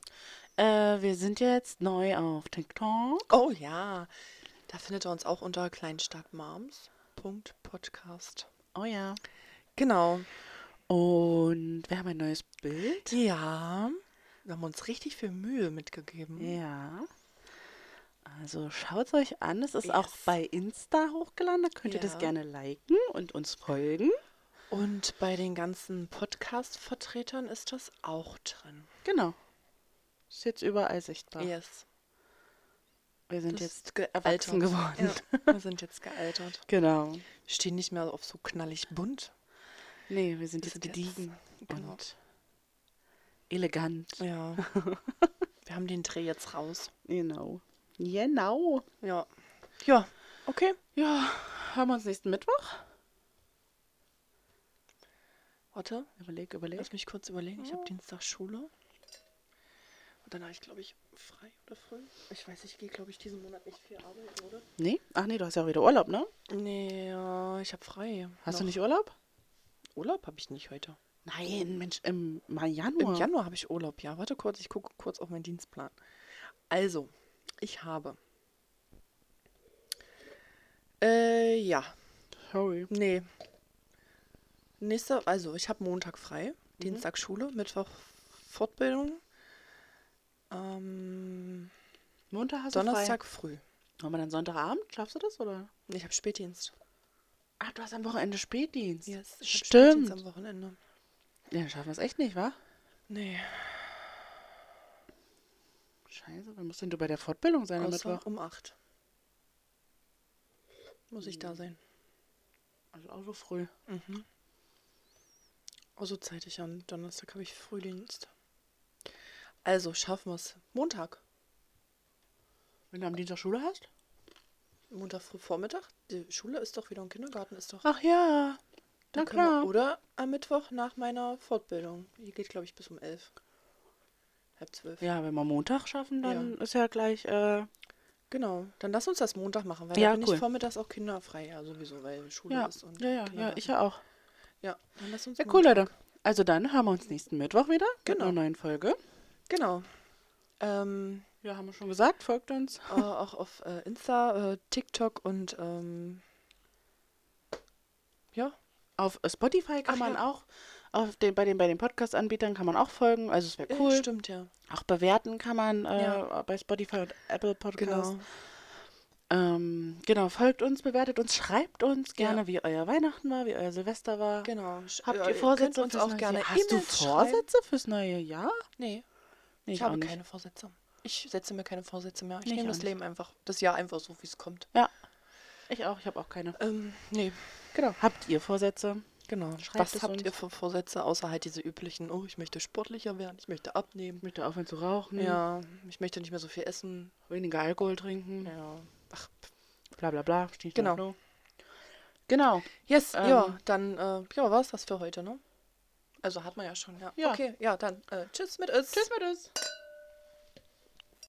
A: Äh, wir sind jetzt neu auf TikTok.
B: Oh ja, da findet ihr uns auch unter kleinstarkmoms.podcast.
A: Oh ja.
B: Genau.
A: Und wir haben ein neues Bild.
B: Ja, wir haben uns richtig viel Mühe mitgegeben.
A: Ja. Also schaut es euch an. Es ist
B: Yes.
A: auch bei Insta hochgeladen. Da könnt ihr das
B: Ja.
A: gerne liken und uns folgen.
B: Und bei den ganzen Podcast-Vertretern ist das auch drin.
A: Genau. Ist jetzt überall sichtbar.
B: Yes.
A: Wir sind
B: das
A: jetzt
B: ist
A: erwachsen geworden.
B: Ja, wir sind jetzt gealtert.
A: Genau.
B: Stehen nicht mehr auf so knallig bunt.
A: Nee, wir sind jetzt
B: sind jetzt-
A: gediegen
B: genau.
A: und elegant.
B: Ja. wir haben den Dreh jetzt raus.
A: Genau. Genau.
B: Ja. Ja. Okay.
A: Ja, hören wir uns nächsten Mittwoch?
B: Warte,
A: Überleg, überleg.
B: lass mich kurz überlegen. Ich habe Dienstag Schule. Und dann habe ich, glaube ich, frei oder früh. Ich weiß, ich gehe, glaube ich, diesen Monat nicht viel arbeiten, oder?
A: Nee? Ach nee, du hast ja auch wieder Urlaub, ne?
B: Nee, ja, ich habe frei.
A: Hast du
B: Noch.
A: nicht Urlaub?
B: Urlaub? Habe ich nicht heute.
A: Nein, Mensch, im Ma- Januar.
B: Im Januar habe ich Urlaub, ja. Warte kurz, ich gucke kurz auf meinen Dienstplan. Also, ich habe. Äh, ja.
A: Sorry.
B: Nee. Nächster, also ich habe Montag frei,
A: Mhm.
B: Dienstag Schule, Mittwoch Fortbildung, ähm,
A: Montag hast
B: Donnerstag
A: du
B: früh.
A: frei. Wollen wir dann Sonntagabend? Schaffst du das, oder?
B: Ich habe Spätdienst.
A: Ach, Ah, du hast am Wochenende Spätdienst.
B: Yes, ich hab Spätdienst
A: Stimmt.
B: am Wochenende.
A: Ja, dann schaffen wir es echt nicht, wa?
B: Nee,
A: Scheiße, wann musst denn du bei der Fortbildung sein am
B: außer
A: Mittwoch?
B: um 8. Muss ich
A: Mhm.
B: da sein.
A: Also auch so früh.
B: Also zeitig am Donnerstag habe ich Frühdienst. Also schaffen wir es. Montag.
A: Wenn du am Dienstag Schule hast?
B: Montag früh Vormittag. Die Schule ist doch wieder und Kindergarten ist doch.
A: Ach ja.
B: Dann
A: Na
B: können
A: klar.
B: Wir, oder am Mittwoch nach meiner Fortbildung. Die geht, glaube ich, bis um elf. Halb zwölf.
A: Ja, wenn wir Montag schaffen, dann ist ja gleich, äh,
B: Genau. Dann lass uns das Montag machen, weil
A: Ja,
B: da bin
A: cool.
B: ich vormittags auch kinderfrei, ja, sowieso, weil Schule
A: ja,
B: ist und
A: ja, ja, ja,
B: Kindergarten.
A: ich ja auch.
B: Ja, dann lass uns
A: Ja, cool,
B: Montag-
A: Leute. Also dann hören wir uns nächsten Mittwoch wieder mit
B: Genau.
A: einer neuen Folge.
B: Genau. Ähm,
A: Ja, haben wir schon gesagt, folgt uns.
B: äh, auch auf äh, Insta, äh, TikTok und ähm, ja,
A: Auf Spotify kann
B: Ach
A: man
B: ja.
A: auch, auf den, bei den, bei den Podcast-Anbietern kann man auch folgen, also es wäre
B: äh,
A: cool.
B: stimmt, ja.
A: Auch bewerten kann man äh,
B: Ja.
A: bei Spotify und Apple Podcasts.
B: Genau.
A: Genau. Ähm, genau, folgt uns, bewertet uns, schreibt uns gerne,
B: Ja.
A: wie euer Weihnachten war, wie euer Silvester war.
B: Genau. Sch-
A: Habt
B: äh,
A: ihr Vorsätze
B: könnt uns
A: fürs
B: auch
A: neue
B: gerne
A: Jahr? Hast du
B: E-Mails schreiben.
A: Vorsätze fürs neue Jahr?
B: Nee.
A: Nee,
B: Ich
A: auch
B: habe
A: nicht.
B: keine Vorsätze. Ich setze mir keine Vorsätze mehr. Ich
A: Nee, ich
B: nehme
A: auch
B: das
A: nicht.
B: Leben einfach, das Jahr einfach so, wie es kommt.
A: Ja, ich auch, ich habe auch keine.
B: Ähm, nee,
A: Genau. Habt ihr Vorsätze?
B: genau.
A: Schreibt es
B: Was habt
A: uns.
B: ihr für Vorsätze, außer halt diese üblichen, oh, ich möchte sportlicher werden, ich möchte abnehmen.
A: Ich möchte aufhören zu rauchen,
B: Ja, ich möchte nicht mehr so viel essen.
A: weniger Alkohol trinken,
B: Ja. Ach, pff.
A: bla bla bla. Stich, schnapp,
B: Genau.
A: schnupp. Genau.
B: yes,
A: Ähm.
B: ja, dann, äh, ja, war's das für heute, ne? Also hat man ja schon, ja.
A: Ja.
B: Okay, ja, dann äh, tschüss mit uns.
A: Tschüss mit uns.